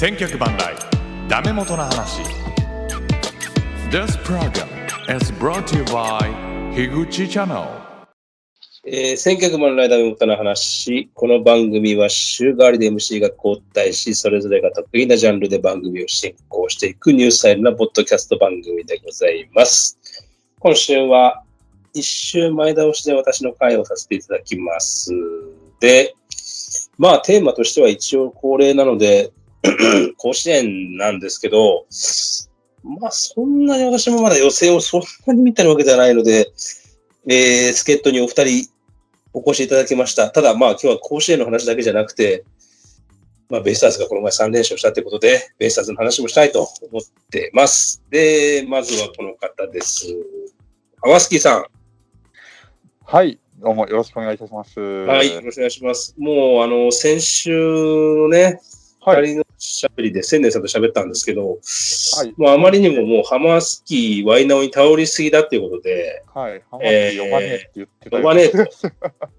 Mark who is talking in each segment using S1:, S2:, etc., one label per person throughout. S1: 千曲万来ダメ元の話 This program is brought to you by 樋口 Channel
S2: えー、千客万来ダメ元の話。この番組は週替わりで MC が交代し、それぞれが得意なジャンルで番組を進行していくニュースタイルなポッドキャスト番組でございます。今週は、一週前倒しで私の会をさせていただきます。で、まあテーマとしては一応恒例なので、 甲子園なんですけど、まあそんなに私もまだ予選をそんなに見てるわけじゃないので、えー、助っ人にお二人お越しいただきました。ただまあ今日は甲子園の話だけじゃなくて、まあベイスターズがこの前3連勝したということで、ベイスターズの話もしたいと思ってます。で、まずはこの方です。アワスキーさ
S3: はい、どうもよろしくお願いいたします。
S2: ん。
S3: は
S2: はい、よろしくお願いします。もうあの、先週のね、
S3: は
S2: 二
S3: い、
S2: 人の喋りで、千年さんと喋ったんですけど、
S3: はい
S2: もうあまりにももうハマースキー、ワイナオに倒りすぎだっていうことで、
S3: はい、浜田呼ばねえって言ってた
S2: 呼
S3: よ
S2: ばねえと、 宣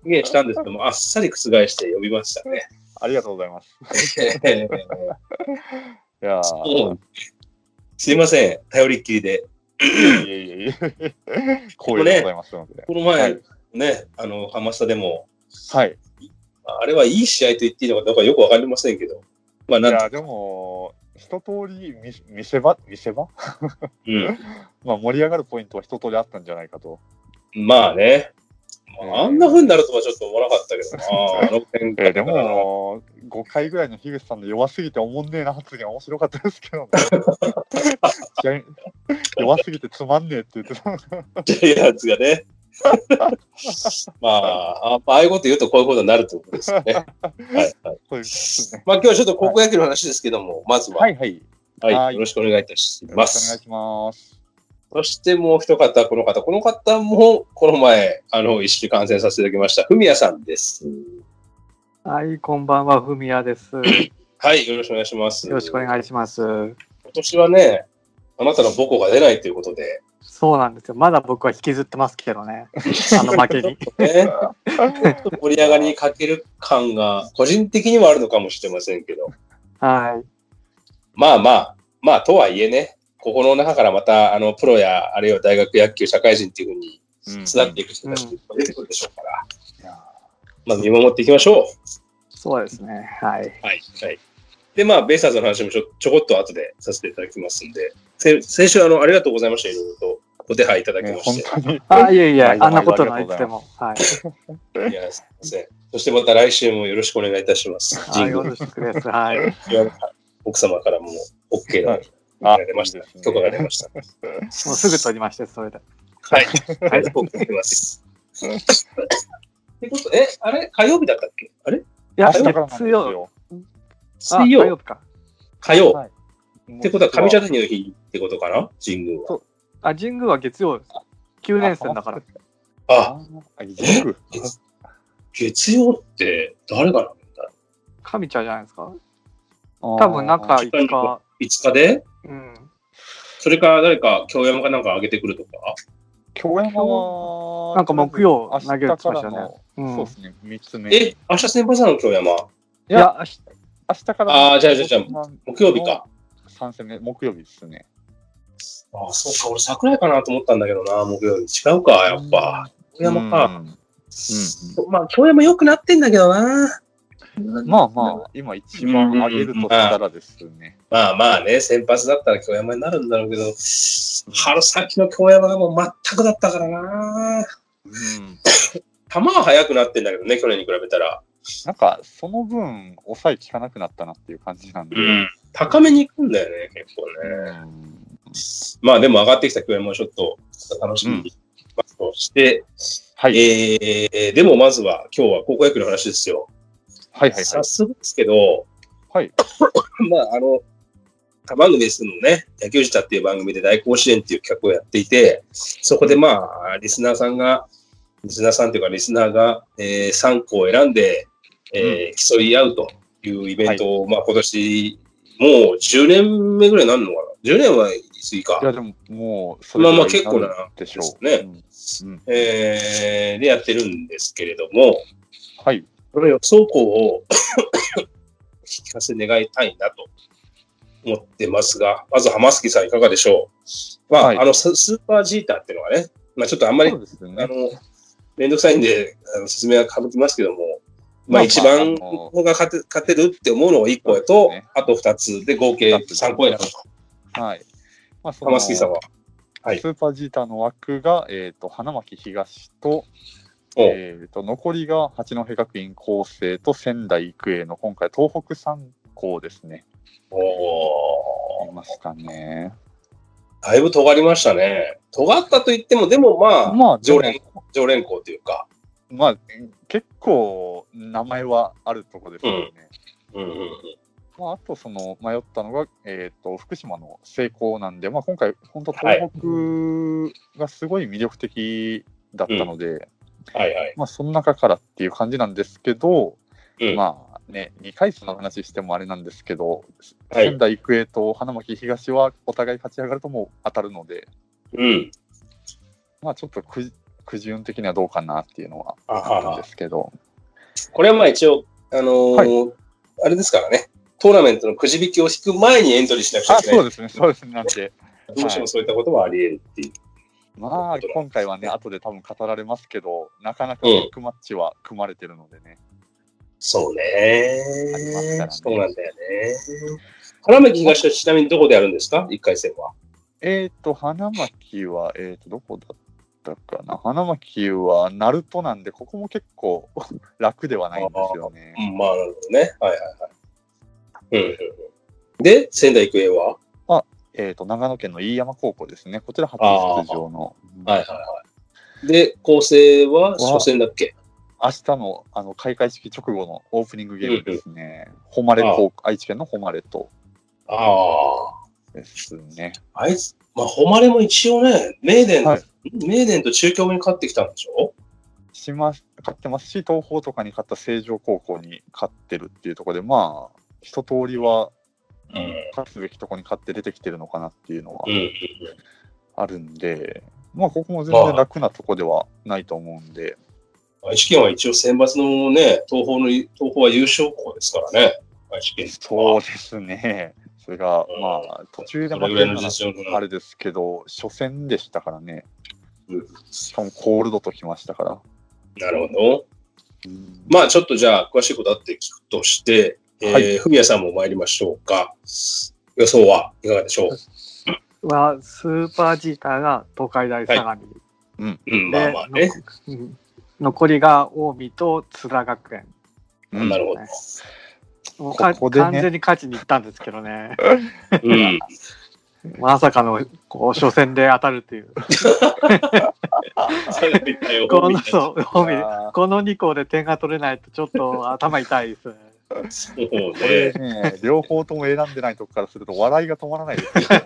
S2: 言したんですけども、あっさり覆して呼びまし たね。
S3: ありがとうございます。いやー
S2: そうすいません、頼りっきりで。
S3: いえいえいえ、光栄でございますので。
S2: この前、
S3: はい
S2: ね、あの、ハマスタでも、
S3: はい、
S2: あれはいい試合と言っていいのかどうかよくわかりませんけど、まあ、
S3: い
S2: なん
S3: やーでも、一通り見せ見せ場、見せ場、
S2: うん、
S3: まあ、盛り上がるポイントは一通りあったんじゃないかと。
S2: まあね、まあ、あんな風になるとはちょっと思わなかったけど な、あの展
S3: えー
S2: 開
S3: で
S2: だ
S3: も
S2: な
S3: あのー、5回ぐらいの樋口さんの弱すぎておもんねえな発言、面白かったですけどね。 試合弱すぎてつまんねえって言ってた。
S2: っていうやつがね。 まあ、あああいうこと言うとこういうことになるってことです よね。はいはい。
S3: そういうことですね
S2: まあ今日はちょっと高校野球の話ですけども、まずは、
S3: はいはい。
S2: はい、
S3: はい
S2: よろしくお願いいたし
S3: よ
S2: ま
S3: ろしくお
S2: す
S3: 願い。します。
S2: そしてもう一方、この方、この方も、この前、あの、一式観戦させていただきました、ふみやさんです。
S4: はい、こんばんは、ふみやです。よ
S2: はい、よろしくお願いします。
S4: ろしくお
S2: い
S4: 願いします。
S2: 今年はね、あなたの母校が出ないということで、
S4: そうなんですよ。まだ僕は引きずってますけどね。あの負けに。
S2: ね、盛り上がりに欠ける感が、個人的にはあるのかもしれませんけど、
S4: はい。
S2: まあまあ、まあ、とはいえね、ここの中からまた、あの、プロや、あるいは大学野球、社会人っていうふうに、
S3: うん
S2: つなっていく人たちが出てくるでしょうから、
S3: いや
S2: まず見守っていきましょう。
S4: そうですね。はい。
S2: はい。はい。で、まあ、ベイスターズの話もちょちょこっと後でさせていただきますんで、せ先週、あの、ありがとうございました。いろいろとお手配いただき
S3: ね
S2: まして。
S3: 本当に。
S4: あ、いえいえ、
S3: はい
S4: あんなことないつでも。はい。
S2: いや、すいません。そしてまた来週もよろしくお願いいたします。
S4: あ
S2: 神
S4: よろしくです。はい。
S2: 宮奥様からも OK
S3: は
S2: ないが出ました
S3: あいいですね
S2: 許可が出ました。
S4: もうすぐ取りまして、それで。
S2: はい。
S4: は
S2: はいい、僕出ます。ってことえ、あれ火曜日だったっけあれ
S4: いや、
S3: 明日からなんです
S4: 月曜。
S3: よ。
S4: あ
S2: 水
S4: 火
S2: 曜
S4: 曜日か。
S2: 火曜、
S3: はい
S2: ってことは上茶谷の日ってことかな神宮は。
S4: あ、神宮は月曜です。9連戦だから。
S2: あ、
S3: あ、あいや僕
S2: 月曜って誰がなんだ
S4: 神ちゃんじゃないですか。多分中
S3: あ
S4: 5日。
S2: ?5 日で
S4: うん。
S2: それか誰か京山かなんか上げてくるとか
S3: 京山は、
S4: なんか木曜
S3: 明日
S4: 投げるって言ってましたよね
S3: からの
S4: うん
S3: そうですね、三つ目。
S2: え、明日先発なの京山。
S4: いや、
S3: 明日からの。
S2: あーじゃあじゃあじゃあ木曜日か。
S3: 三戦目、木曜日ですね。
S2: ああ、そうか。俺桜井かなと思ったんだけどな、木曜日。違うか、やっぱ。京山か。
S3: うん。
S2: まあ、京山良くなってんだけどな。
S3: まあまあ、今一番上げるとしたらですね。
S2: まあまあね、先発だったら京山になるんだろうけど、春先の京山がもう全くだったからな。
S3: うん
S2: 球は速くなってんだけどね、去年に比べたら。
S3: なんか、その分、抑え効かなくなったなっていう感じなんで。
S2: うん。高めに行くんだよね、結構ね。
S3: うん
S2: まあでも上がってきた京山もちょっと楽しみに。そして、
S3: はい。
S2: えー、でもまずは今日は高校野球の話ですよ。
S3: はいはいは
S2: 早
S3: い。
S2: 速ですけど、
S3: はい。
S2: まあ、あの、他番組ですのね、野球したっていう番組で大甲子園っていう企画をやっていて、そこでまあ、リスナーさんが、リスナーさんというか、リスナーが、えー、3校を選んで、えー競い合うというイベントを、まあ、今年、もう10年目ぐらいになるのかな ?10 年は言い過ぎか。
S3: いや、でも、もう、そ
S2: まあまあ
S3: ぐらい
S2: 結構な
S3: にるでしょう。
S2: です
S3: うん。
S2: えー、でやってるんですけれども、
S3: はい。
S2: この予想校を聞かせ願いたいなと思ってますが、まず浜月さんいかがでしょうまあ、
S3: はい
S2: あのス、スーパージーターっていうのがね、まあちょっとあんまり、
S3: そうですよね
S2: あ。の、めんどくさいんで、あの説明は省きますけども、ま
S3: まあま
S2: あ
S3: あ
S2: 一番
S3: あの
S2: 方が勝て勝てるって思うのが1個や
S3: そ
S2: と、
S3: うですね
S2: あと2つで合計3個やなと。
S3: はい。まあ、その
S2: 浜月さんは。はい
S3: スーパージーターの枠が、えー、と花巻東と,、
S2: おう
S3: えー、と残りが八戸学院光星と仙台育英の今回東北三校ですね。
S2: お
S3: いましたね。
S2: ーだいぶ尖りましたね。尖ったと言っても、でもまあ、
S3: まあ
S2: 常
S3: 常
S2: 連
S3: 連、
S2: 常連校というか。
S3: まあ結構名前はあるとこですよね。
S2: うんうんうん。
S3: まあ、あとその迷ったのが、えー、と福島の成功なんで、まあ、今回本当東北がすごい魅力的だったので、
S2: はいはい。
S3: まあ、その中からっていう感じなんですけど、
S2: うん
S3: まあね、2回戦の話してもあれなんですけど、
S2: はい
S3: 仙台育英と花巻東はお互い勝ち上がるともう当たるので、
S2: うん。
S3: まあ、ちょっとくじくじ運的にはどうかなっていうのは
S2: あは
S3: あるん
S2: は
S3: ですけど、
S2: これはまあ一応、あのーあれですからね、トーナメントのくじ引きを引く前にエントリーしなくちゃ
S3: あ
S2: いけない。
S3: そうですね、そうですね、なんで、
S2: どうしてもそういったことはあり得るっていう。
S3: まあ、今回はね、後で多分語られますけど、なかなか
S2: うん
S3: ビッグマッチは組まれてるのでね、
S2: そうね
S3: ありますからね
S2: そうなんだよね。花巻東はちなみにどこでやるんですか ?1 回戦は。
S3: えっ、ー、と、花巻は、えっ、ー、と、どこだったかな、花巻はナルトなんで、ここも結構 楽ではないんですよね。
S2: うん、まあ、なるほどね。はいはいはい。うんうんうん。で、仙台育英は
S3: えっ、と、長野県の飯山高校ですね、こちら初出場の。
S2: はいはいはい。で、構成は初戦だっけ
S3: 明日のあの開会式直後のオープニングゲームですね、誉れ高愛知県の誉れと
S2: ああ。
S3: ですね。
S2: あいつ、まあ、誉れも一応ね、メーデン、
S3: はい
S2: メーデンと中京に勝ってきたんでしょ
S3: します勝ってますし、東邦とかに勝った成城高校に勝ってるっていうところで、まあ、一通りは
S2: うん。
S3: 勝つべきところに勝って出てきてるのかなっていうのは
S2: うんうん
S3: あるんで、まあ、ここも全然楽なとこではないと思うんで、
S2: 愛知県は一応選抜のね、東邦の、東邦は優勝校ですからね。愛知県は。
S3: そうですね。それが
S2: う、ん
S3: まあ、途中で
S2: そ
S3: 負
S2: れ
S3: け
S2: ぐらい
S3: る
S2: の
S3: のは
S2: 実力
S3: あ
S2: の。
S3: れですけど、初戦でしたからね。
S2: うん
S3: しかもコールドときましたから。
S2: なるほど。
S3: うん
S2: まあちょっとじゃあ詳しいことあって聞くとして、
S3: は
S2: えー
S3: い
S2: フミヤさんも参りましょうか。予想はいかがでしょう
S4: は、スーパージーターが東海大相模。
S2: うん、
S4: で、
S2: まあまあね。
S4: のこうん残りが近江と津田学園。
S2: なるほど。
S4: もうか
S3: ここでね
S4: 完全に勝ちに行ったんですけどね。
S2: うん。
S4: まさかのこう初戦で当たるという。
S2: それで一体
S4: こ
S2: 大
S4: の
S2: 見そう
S4: そう
S3: あ
S4: 近江
S3: ー
S4: この2校で点が取れないとちょっと頭痛いですね。
S3: これ
S2: ね。
S3: ね、両方とも選んでないとこからすると笑いが止まらないですね。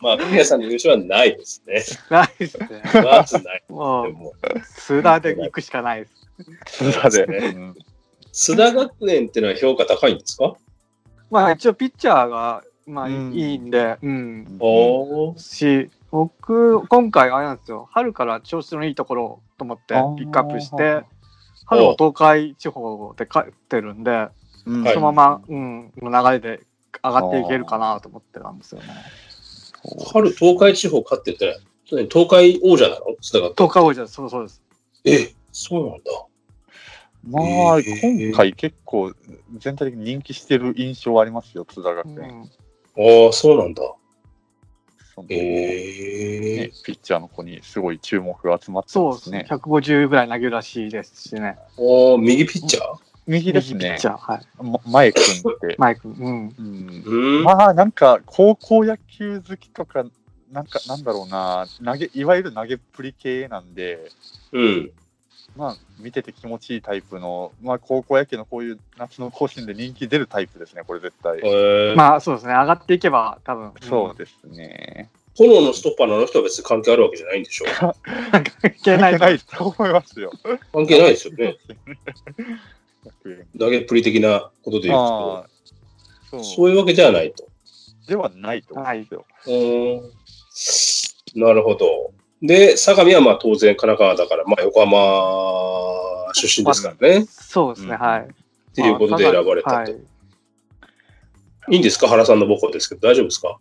S2: まあ、フミヤさんの優勝はないですね。
S4: ないですね。
S2: まずない。
S4: も
S2: で
S4: う
S2: も
S4: 津田で行くしかないです。
S3: 津田で。うん
S2: 津田学園っていうのは評価高いんですか
S4: まあ一応ピッチャーが、まあ、
S3: うん
S4: いいんで、うん。
S2: おー。
S4: し、僕、今回あれなんですよ。春から調子のいいところと思って
S3: あー
S4: ピックアップして、春は東海地方で勝ってるんで、
S3: うん
S2: はい
S4: そのまま、うん、の流れで上がっていけるかなと思ってたんですよね。
S2: 春東海地方勝ってってない東海王者なの津田学園。
S4: 東海王者、そうそうです。
S2: え、そうなんだ。
S3: まあ、
S2: えー
S3: 今回結構全体的に人気してる印象はありますよ、津田
S4: う
S3: 学園。
S4: ん、
S2: ああ、そうなんだ。
S3: その
S2: ええ
S3: ねピッチャーの子にすごい注目が集まって
S4: そう
S3: ま
S4: です
S3: す
S4: ね
S3: ね。。
S4: 150ぐらい投げるらしいですしね。
S2: おお右ピッチャー
S3: 右です
S4: ピッ
S3: ね
S4: チ、ャー、はい。
S3: ま前君 って。
S4: マイク、うん。
S3: うん
S2: うん
S3: まあ、なんか高校野球好きとか、なんかなんだろうな投げ、いわゆる投げっぷり系なんで、
S2: うん。
S3: まあ、見てて気持ちいいタイプの、まあ、高校野球のこういう夏の甲子園で人気出るタイプですね、これ絶対。
S2: えー、
S4: まあそうですね。上がっていけば多分。
S3: そうですね。
S2: 炎のストッパーのあの人は別に関係あるわけじゃないんでしょう。
S4: うん。関係な
S3: 関係
S4: い
S3: ないと思いますよ。
S2: 関係ないですよね。
S3: 野球
S2: 投げっぷり的なことで言うと
S3: あ。あそう
S2: そういうわけじゃないと。
S3: ではないと思うんですよ。
S2: うーん。なるほど。で、相模はまあ当然神奈川だから、まあ横浜出身ですからね。
S4: そうですね、
S3: うん
S4: はい。っ
S2: っていうことで選ばれたと。
S4: はい、
S2: いいんですか原さんの母校ですけど、大丈夫ですか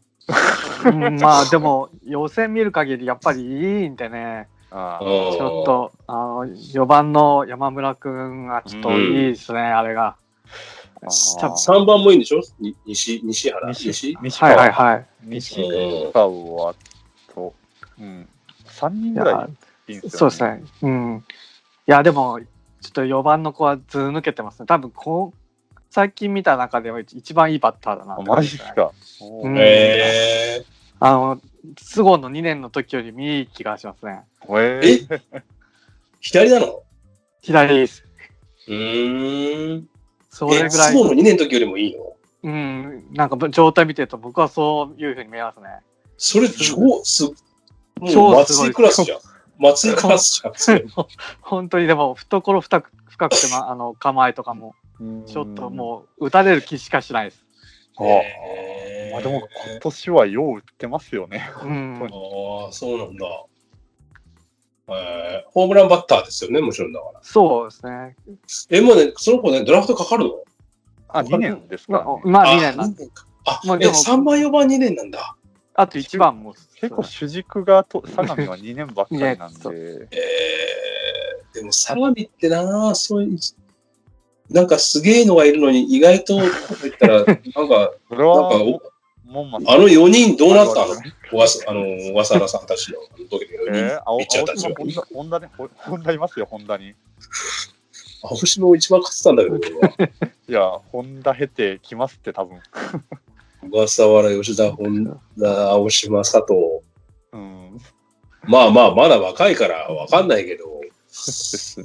S4: うんまあでも、予選見る限りやっぱりいいんでね、
S3: あ
S2: ち
S3: ー
S4: ちょっ。と、あの、4番の山村くんがちょっといいですね、あれが。
S3: あー
S4: 多分
S2: 3番もいいんでしょに西、西原
S3: 西
S2: 西
S3: 西
S4: はい
S3: 川、
S4: はいはい。
S3: 西川はと、うん、3人ぐらいいいんです
S4: そ
S3: よ、
S4: うです。ね。うん。いや、でも、ちょっと4番の子はず抜けてますね。多分こう、最近見た中では一番いいバッターだな
S3: あ。マジっす。か。お
S4: うん
S3: ー
S2: えー
S4: あの、都合の2年の時よりもいい気がしますね。
S3: えー
S2: 左なの
S4: 左です。
S2: うーん。
S4: そ
S2: え
S4: れぐら
S2: 相撲
S4: い、
S2: の2年の時よりもいいの
S4: うん、なんか状態見てると僕はそういうふうに見えますね。
S2: それ超す、もう
S4: 超すご
S2: 松
S4: い
S2: 井クラスじ ゃん。松井クラスじゃん。それ
S4: 本当にでも懐深く深くて、ま、あの構えとかもちょっともう打たれる気しかしないです。
S3: あ
S2: えー
S3: まあでも今年はよう売ってますよね。
S4: うん、
S2: ああ、そうなんだ。えー、ホームランバッターですよね、もちろんだから。
S4: そうですね。
S2: え、もうね、その子ね、ドラフトかかるの
S3: あ、2年ですか
S4: ま
S3: ら、ね。
S4: まあ2年な
S2: あ
S4: ん
S2: 二
S4: で
S2: 年かあ、
S4: まあ
S2: え、
S4: でも
S2: 3番、4番、2年なんだ。
S4: あと1番も
S3: 結構主軸がと相模は2年ばっかり なん
S4: そ
S3: で、
S2: えー、でも、相模ってな、そういう、なんかすげえのがいるのに、意外と、こう言ったら、なんか、なんか
S3: それは
S2: お、
S3: 門馬
S2: あの4人どうなったの
S3: ある
S2: 小笠あの小笠原さんたちのあの時の
S3: え
S2: 4人。
S3: ー、青
S2: ピッチャーたちは
S3: 青島、ホンダね、ホホンダいますよ、ホンダに。
S2: 青島も一番勝ってたんだけど俺は、
S3: いや、ホンダ経てきますって、多分
S2: 小笠原、吉田、本田、青島、佐藤。
S3: うん。
S2: まあまあ、まだ若いからわかんないけど、
S3: です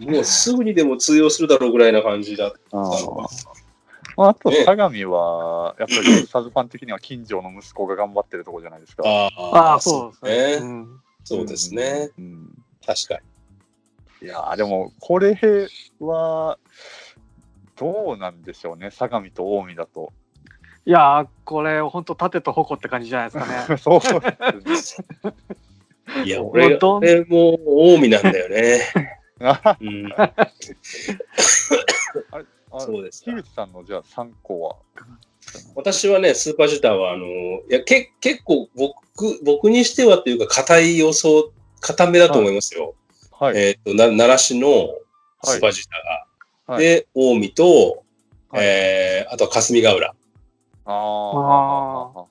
S3: ね。
S2: もうすぐにでも通用するだろうぐらいな感じだった
S3: あ
S2: のか。
S3: まあ、あと
S2: ね、
S3: 相模は、やっぱりサズファン的には近所の息子が頑張ってるとこじゃないですか。
S2: あ
S4: ああ、そうで
S2: ですすね。
S4: ね。
S2: そうですね。
S3: うん。
S2: 確か
S3: いやーでも、これは、どうなんでしょうね、相模と近江だと。
S4: いやー、これ、本当盾と矛って感じじゃないですかね。
S3: そうですね。
S2: に。いや、
S4: 俺
S2: 俺、
S4: どん
S2: 俺も近江なんだよ ね。
S3: あ
S2: うん、
S3: あ
S2: そうですか
S3: 樋口さんの、じゃあ、3個は。
S2: 私はね、スーパージュターは、あの、いや、け結構僕、僕にしてはというか、硬い予想、硬めだと思いますよ。
S3: はい。
S2: えっ、と、な奈良市のスーパージュターが。
S3: はい
S2: で、近江と、
S3: はい
S2: えーあとは霞ヶ浦。
S3: あ
S4: あ
S3: ああ。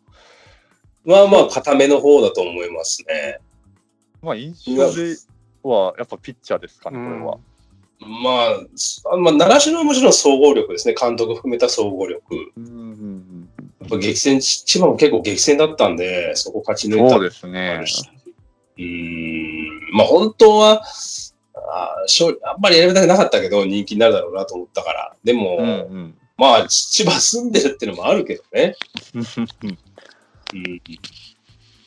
S2: まあまあ、硬めの方だと思いますね。
S3: まあ、印象では、やっぱピッチャーですかね、これは。
S2: まあ、すあまあ、習志野はもちろん総合力ですね。監督含めた総合力。
S3: うんうん
S2: やっぱ激戦、ち千葉も結構激戦だったんで、そこ勝ち
S3: うん
S2: 抜いた
S3: そ
S2: の
S3: うです
S2: もあ
S3: ね
S2: る。し。うーん。まあ本当は、あー勝利あんまりやりたくなかったけど、人気になるだろうなと思ったから。でも、
S3: うんうん。
S2: まあ、千葉住んでるってのもあるけど ね。うん。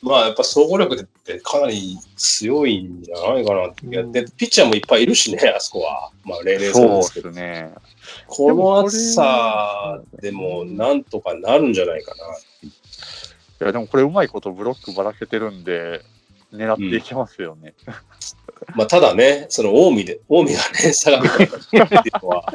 S2: まあやっぱ総合力ってかなり強いんじゃないかなって。
S4: うん
S2: で、ピッチャーもいっぱいいるしね、あそこは。まあ例年
S3: そ
S2: そう
S3: う
S2: で
S3: です
S2: けど
S3: す。ね。
S2: この暑さでもなんとかなるんじゃないか
S3: いや、でもこれ、うまいことブロックばらけてるんで、狙っていけますよね。
S2: な。まあ、ただね、その近江で、近江がね、 相模からっていうのは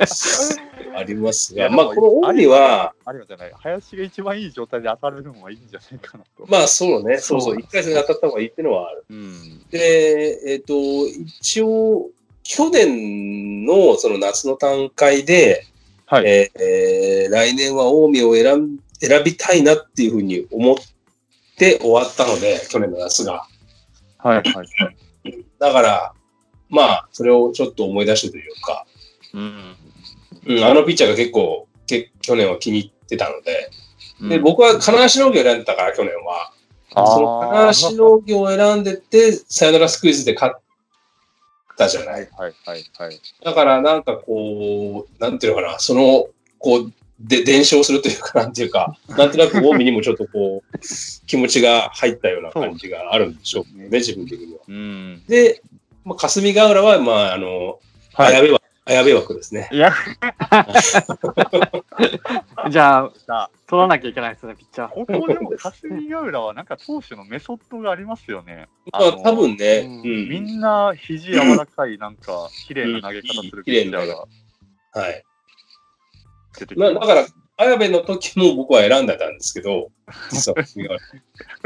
S2: あります
S3: いや
S2: が、まあ、
S3: で
S2: こ
S3: も
S2: の近江は、
S3: ありがじゃない。林が一番いい状態で当たるのがいいんじゃないかなと。
S2: まあ、そうね、そうそう、
S4: そう
S2: 一回戦で当たった方がいいっていうのはある。
S3: うん。
S2: で、えっ、と、一応、去年のその夏の段階で、
S3: はい。
S2: えーえー来年は近江を選び選びたいなっていうふうに思って終わったので、去年の夏が。
S3: はいはい。
S2: だから、まあ、それをちょっと思い出してというか、
S3: うん。
S2: うん、あのピッチャーが結構け、去年は気に入ってたので、で、
S3: うん、
S2: 僕は金足農業を選んでたから、去年は。
S3: あー
S2: その金足農業を選んでて、サヨナラスクイズで勝ったじゃな。
S3: はいいはいはいはい。
S2: だから、なんかこう、なんていうのかな、その、こう、で、伝承するというか、なんていう か、なんとなく近江にもちょっとこう、気持ちが入ったような感じがあるんでしょうね、自分的には。
S3: うん。
S2: で、まあ、霞ヶ浦は、まあ、あの、あや
S3: い。
S2: べ枠、あやべ枠ですね。
S3: いや、
S4: じゃあ、
S3: さ
S4: 取らなきゃいけないですね、ピッチャー。
S3: ここでも霞ヶ浦はなんか投手のメソッドがありますよね。
S2: まあ、
S3: の
S2: 多分ね、
S4: うん
S2: うん
S3: みんな肘柔らかい、なんか、綺麗な投げ方するピッチャーが
S2: はい。
S3: 出てき
S2: なだから、綾部の時も僕は選んでたんですけど、実は違う。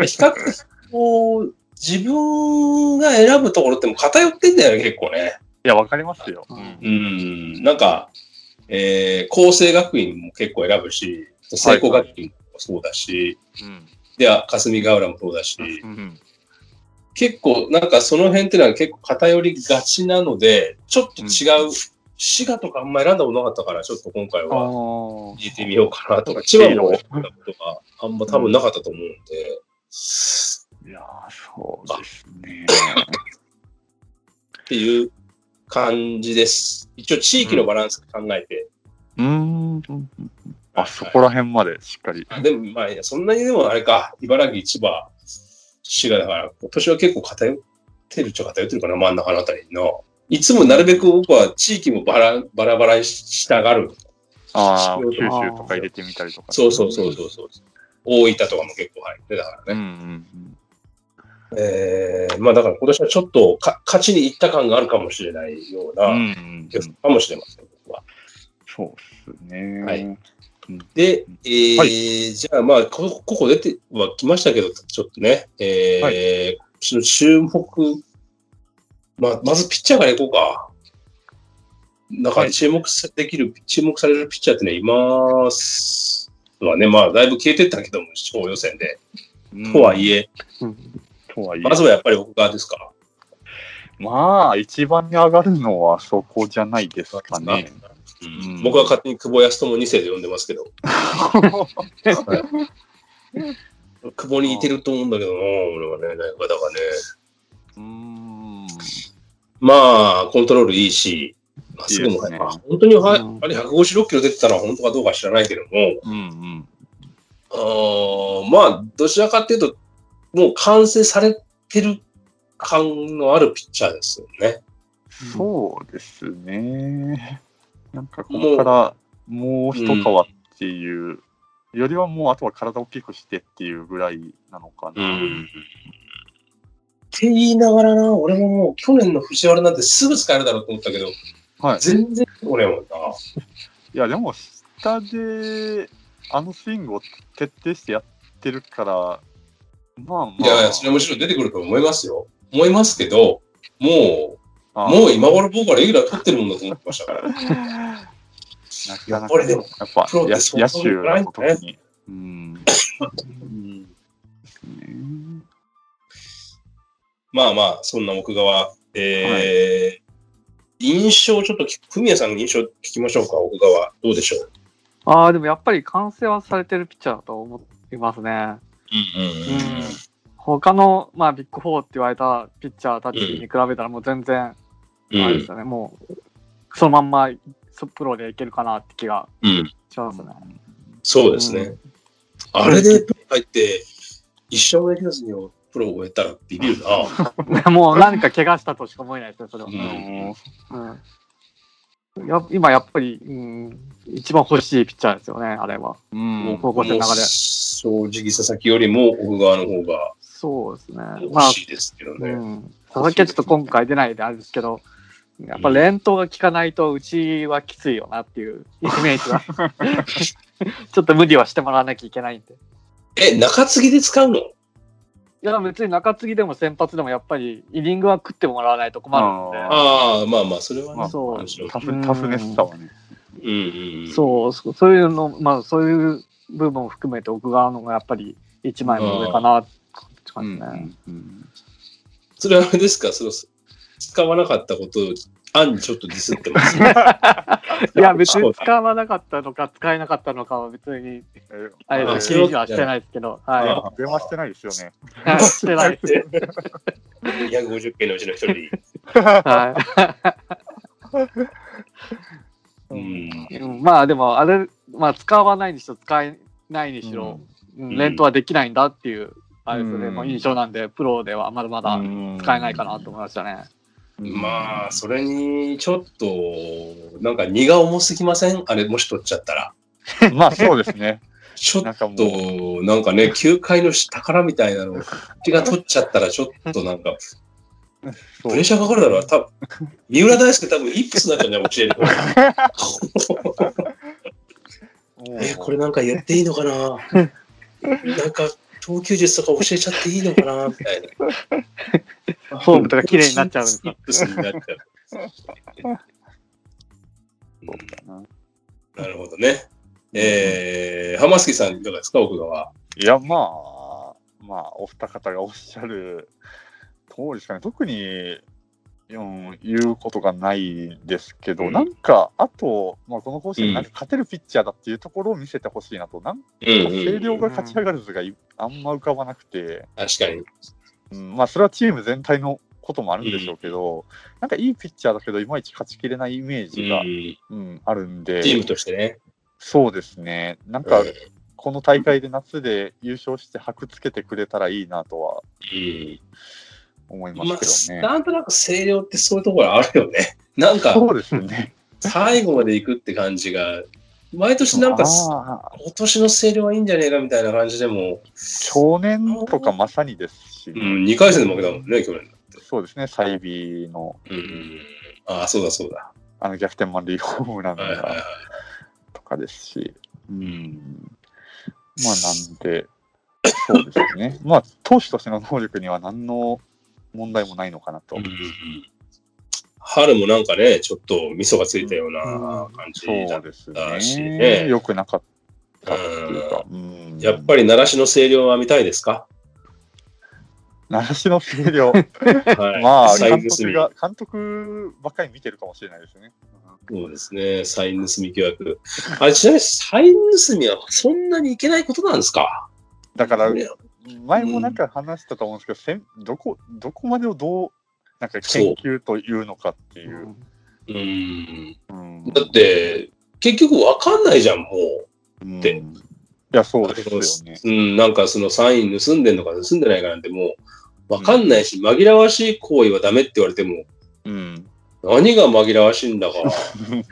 S2: 比較的こう、自分が選ぶところっても偏ってんだよね、結構ね。
S3: いや、わかりますよ。
S4: うん
S3: うん
S2: うん、なんか、えー、厚生学院も結構選ぶし、聖光学院もそうだし、では霞ヶ浦もそうだし、
S3: うん
S2: 結構、なんかその辺ってのは結構偏りがちなので、ちょっと違う、滋賀とかあんま選んだことなかったから、ちょっと今回は
S4: あ
S2: 入れてみようかなとか、
S3: シー
S2: 千葉
S3: ロ
S2: も
S3: ー
S2: 選んだことがあんま多分なかったと思うんで、
S3: いやー、そうですね。
S2: っていう感じです。一応地域のバランス考えて、
S3: うーん。あ、そこら辺までしっかり。
S2: でもまあ、そんなにでもあれか、茨城、千葉、滋賀だから、今年は結構偏ってるっちゃ偏ってるかな、真ん中のあたりの。いつもなるべく僕は地域もバラバラバラにしたがる。
S3: ああ、
S2: そう
S3: 九州とか入れてみたりとか。
S2: そうそうそうそうそう。大分とかも結構入って、だからね。
S3: うんうん
S2: えー、まあだから今年はちょっとか勝ちに行った感があるかもしれないよう
S3: うん。うん
S2: な、
S3: うん
S2: 気
S3: う
S2: がす
S3: ん
S2: るかもしれません。僕は
S3: そうですね。
S2: はい
S3: うん
S2: で、えー
S3: は
S2: じゃあまあこ、ここ出てはきましたけど、ちょっとね、えー
S3: は
S2: 今年の注目、まあ、まずピッチャーからいこうか。中
S3: は
S2: で
S3: い
S2: 注目さできる、注目されるピッチャーってね、いますはね、まあ、だいぶ消えてったけども、地方予選で。
S3: うん
S2: とはいえ、
S3: とはいえ。
S2: まずはやっぱり奥側ですか。
S3: まあ、一番に上がるのはそこじゃないですかね。
S2: うん僕は勝手に久保康友2世で呼んでますけど。はい久保に似てると思うんだけどな、俺はね。なんかだからね、
S3: うーん。
S2: まあ、コントロールいいし、まっすぐも
S3: いいですね
S2: ね、あ本当には、
S4: うん
S2: あれ156キロ出てたのは本当かどうか知らないけども、
S3: うんうん。
S2: あーまあ、どちらかっていうと、もう完成されてる感のあるピッチャーですよね。
S3: そうですね。なんかここからもう一皮っていう、よりはもうあとは体を大きくしてっていうぐらいなのかな。
S2: って言いながらな、俺ももう去年の藤原なんてすぐ使えるだろうと思ったけど、
S3: はい。
S2: 全然俺もんな。
S3: いや、でも下であのスイングを徹底してやってるから、まあまあ、
S2: いやいや、それはもちろん出てくると思いますよ。思いますけど、も
S3: あ
S2: う、もう今頃僕はレギュラー取ってるもんだと思ってましたから。
S3: なかな
S2: こ
S3: か、
S2: れで
S3: や
S2: も
S3: っぱ
S2: プロっ、て
S3: 野
S2: そういう
S3: 野
S2: こと
S3: 手
S2: な
S3: の時
S2: いんだね
S3: に。 うん。うんですね。
S2: まあまあ、そんな奥川。えー印象、ちょっとき、フミヤさんの印象聞きましょうか、奥川。どうでしょう。
S4: あー、でもやっぱり完成はされてるピッチャーだと思いますね。うん他の、まあ、ビッグフォーって言われたピッチャーたちに比べたらもう全然、
S2: うん
S4: あれですよね、もう、そのまんまそプロでいけるかなって気が
S2: うん
S4: しますね。
S2: そうですね。あれでプロ入って、一生もできずにプロを終えたらビビるな。
S4: もう何か怪我したとしか思えないですね、それは。
S2: うん
S4: うんや今やっぱり、うん、一番欲しいピッチャーですよね、あれは。
S3: うん。
S4: 高校生の中で
S2: もう正直、佐々木よりも奥川の方が
S4: そうですね。
S2: 欲
S4: まあ、
S2: しいですけど
S4: う
S2: ね。
S4: ん、佐々木はちょっと今回出ないであれですけど、やっぱ連投が効かないと、うちはきついよなっ ていうイメージは。 ちょっと無理はしてもらわなきゃいけないんで。
S2: え、中継ぎで使うの
S4: いや、別に中継ぎでも先発でもやっぱり、イニングは食ってもらわないと困るんで。
S2: ああ、まあまあ、それは
S3: まあ
S2: ね。
S4: そう
S3: タフ、タフネスさはね。
S2: うんうんうん。
S4: そう、そうそういうの、まあ、そういう部分を含めて奥側のがやっぱり一枚の上かなって
S3: う
S4: 感じ
S3: ん
S4: ね。
S3: うん
S2: それはあれですかその使わなかったことを、案にちょっとディスってます。
S4: いや、別に使わなかったのか、使えなかったのかは別に、
S3: え
S4: あれ
S2: あ
S4: です、気にはしてないですけど、はい。
S2: あ
S4: は
S3: 電話してないですよね。
S4: い、してない。
S2: 250件のうちの一人。
S4: は
S2: うん
S4: いうん。まあ、でも、あれ、まあ、使わないにしろ、使えないにしろ、うん連投はできないんだっていう、あれですね、
S3: うん
S4: もう印象なんで、プロではまだまだ使えないかなと思いましたね。
S2: まあ、それに、ちょっと、なんか荷が重すぎませんあれ、もし取っちゃったら。
S3: あ。 まあ、そうですね。
S2: ちょ
S3: なん
S2: っ
S3: かもう。
S2: と、なんかね、球界の下からみたいなの、気が取っちゃったら、ちょっとなんか、
S3: そう
S2: プレッシャーかかるだろう。多分三浦大輔多分イップスになっちゃうんじゃん、教える。
S3: もう
S2: えーこれなんか言っていいのかななんか投球術とか教えちゃっていいのかなみたいな。
S4: フォームとか綺麗になっちゃうんで
S2: ス
S4: すか
S2: リップスになっちゃ
S3: な
S2: う。なるほどね。えー、浜月さんいかがですか、奥川。
S3: いや、まあ、まあ、お二方がおっしゃる通りですかね。特に、うん、言うことがないですけど、
S2: うん
S3: なんか、あと、まあ、この甲子
S2: うん
S3: 園、なんか勝てるピッチャーだっていうところを見せてほしいなと、なんか、
S2: うんうん
S3: 星稜が勝ち上がる図がいあんま浮かばなくて、
S2: 確かに。
S3: うんまあ、それはチーム全体のこともあるんでしょうけど、なんかいいピッチャーだけど、いまいち勝ちきれないイメージが、
S2: うん
S3: うん、あるんで、
S2: チームとしてね。
S3: そうですね、なんか、この大会で夏で優勝して、箔つけてくれたらいいなとは
S2: うん
S3: 思いま
S2: まあ
S3: すけどね。
S2: なんとなく星稜ってそういうところあるよね。なんか、
S3: そうですね。
S2: 最後まで行くって感じが、毎年なんか、
S3: ああ
S2: 今年の星稜はいいんじゃねえかみたいな感じでも、
S3: 去年とかまさにですし、
S2: うん、2回戦で負けたもんね、去年。
S3: そうですね、サイビーの
S2: うん。ああ、そうだそうだ。
S3: あの逆転満塁ホームラン
S2: はいはいはい
S3: が。とかですし、うん、まあなんで、そうです ね、まあ投手としての能力には何の問題もないのかなと。
S2: 春もなんかね、ちょっと味噌がついたような感じだ
S3: そう
S2: っ
S3: です
S2: だしね
S3: ね。良くなかったっていうか、うん
S2: やっぱり習志野星稜は見たいで すか
S3: 習志野星稜、
S2: はい
S3: まあ、
S2: サイン
S3: 監
S2: 盗
S3: 督
S2: み。
S3: が、監督ばっかり見てるかもしれないですね。
S2: そうですね、サイン盗み疑惑。あれ、ちなみにサイン盗みはそんなにいけないことなんですか
S3: だから、
S2: ね
S3: 前もなんか話したと思うんですけど、せんどこ、どこまでをどう、なんか
S2: そう
S3: 研究というのかっていう。
S2: うん。
S3: うん
S2: だって、結局わかんないじゃん、もう。
S3: うん
S2: て
S3: いや、そうですよね。
S2: うん、なんかそのサイン盗んでんのか盗んでないかなんてもう、わかんないし、紛らわしい行為はダメって言われても、
S3: うん。
S2: 何が紛らわしいんだか、 み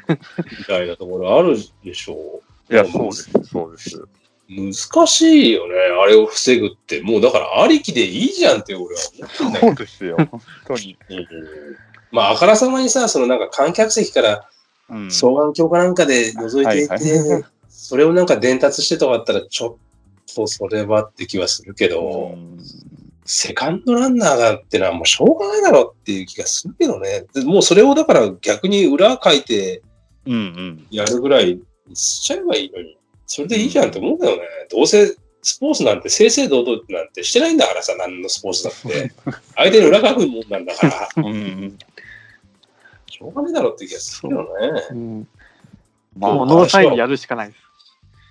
S2: たいなところあるでしょ
S3: いや、そうです、そうです。
S2: う。難しいよね、あれを防ぐって。もうだからありきでいいじゃんって俺は思ってんだ
S3: そうです よ、本当に。
S2: けど。うんまあ、あからさまにさ、そのなんか観客席から
S3: うん、
S2: 双眼鏡かなんかで覗いていて、
S3: はいは
S2: それをなんか伝達してとかあったら、ちょっとそれはって気はするけど、
S3: うん
S2: セカンドランナーがってのはもうしょうがないだろうっていう気がするけどね。でもうそれをだから逆に裏書いて、
S3: うんうん。
S2: やるぐらいにしちゃえばいいのに、それでいいじゃんって思うけどね。どうせスポーツなんて正々堂々なんてしてないんだからさ、何のスポーツだって。相手に裏書くもんなんだから、
S3: うんうん、
S2: しょうがねえだろっていう気がするけどね。
S4: うん
S3: ま
S4: もう
S3: あ、
S4: ノーサインでやるしかないで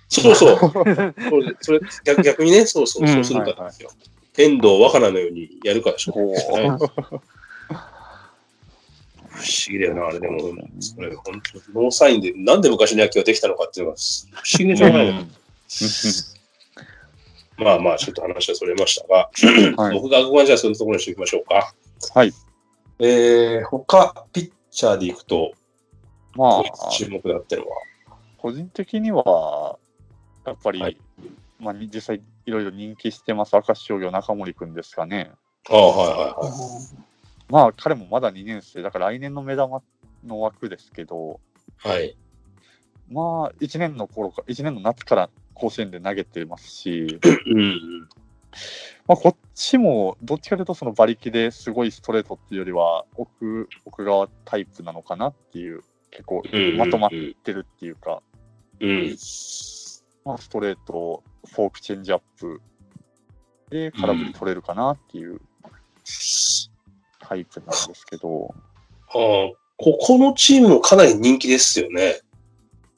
S4: す。
S2: そう そう。それそれ逆逆にね、そうそう、そうするからですよ。遠藤若菜のようにやるからでしょ。
S3: こ、
S2: はいう不思議だよな、あれでも。それ本当ノーサインで、なんで昔の野球ができたのかっていうのは、不思議でしょうがないよね。まあまあ、ちょっと話はそれましたが、
S3: はい
S2: 僕が憧れじゃあそのところにしておきましょうか。
S3: はい。
S2: えー、他、ピッチャーでいくと、
S3: まあ、
S2: 注目だったのは。
S3: 個人的には、やっぱり、
S2: はい
S3: まあ、に実際、いろいろ人気してます、明石商業、中森君ですかね。
S2: ああ、はいはいはい。
S3: まあ、彼もまだ2年生、だから来年の目玉の枠ですけど、
S2: はい。
S3: まあ、1年の頃か、1年の夏から甲子園で投げてますし、
S2: うん。
S3: まあ、こっちも、どっちかというと、その馬力ですごいストレートっていうよりは、奥、奥側タイプなのかなっていう、結構、
S2: うん。
S3: まとまっ
S2: うん。
S3: てるっていうか、
S2: うん。
S3: まあ、ストレート、フォークチェンジアップで空振り取れるかなっていうタイプなんですけど、
S2: ああ、ここのチームもかなり人気ですよね。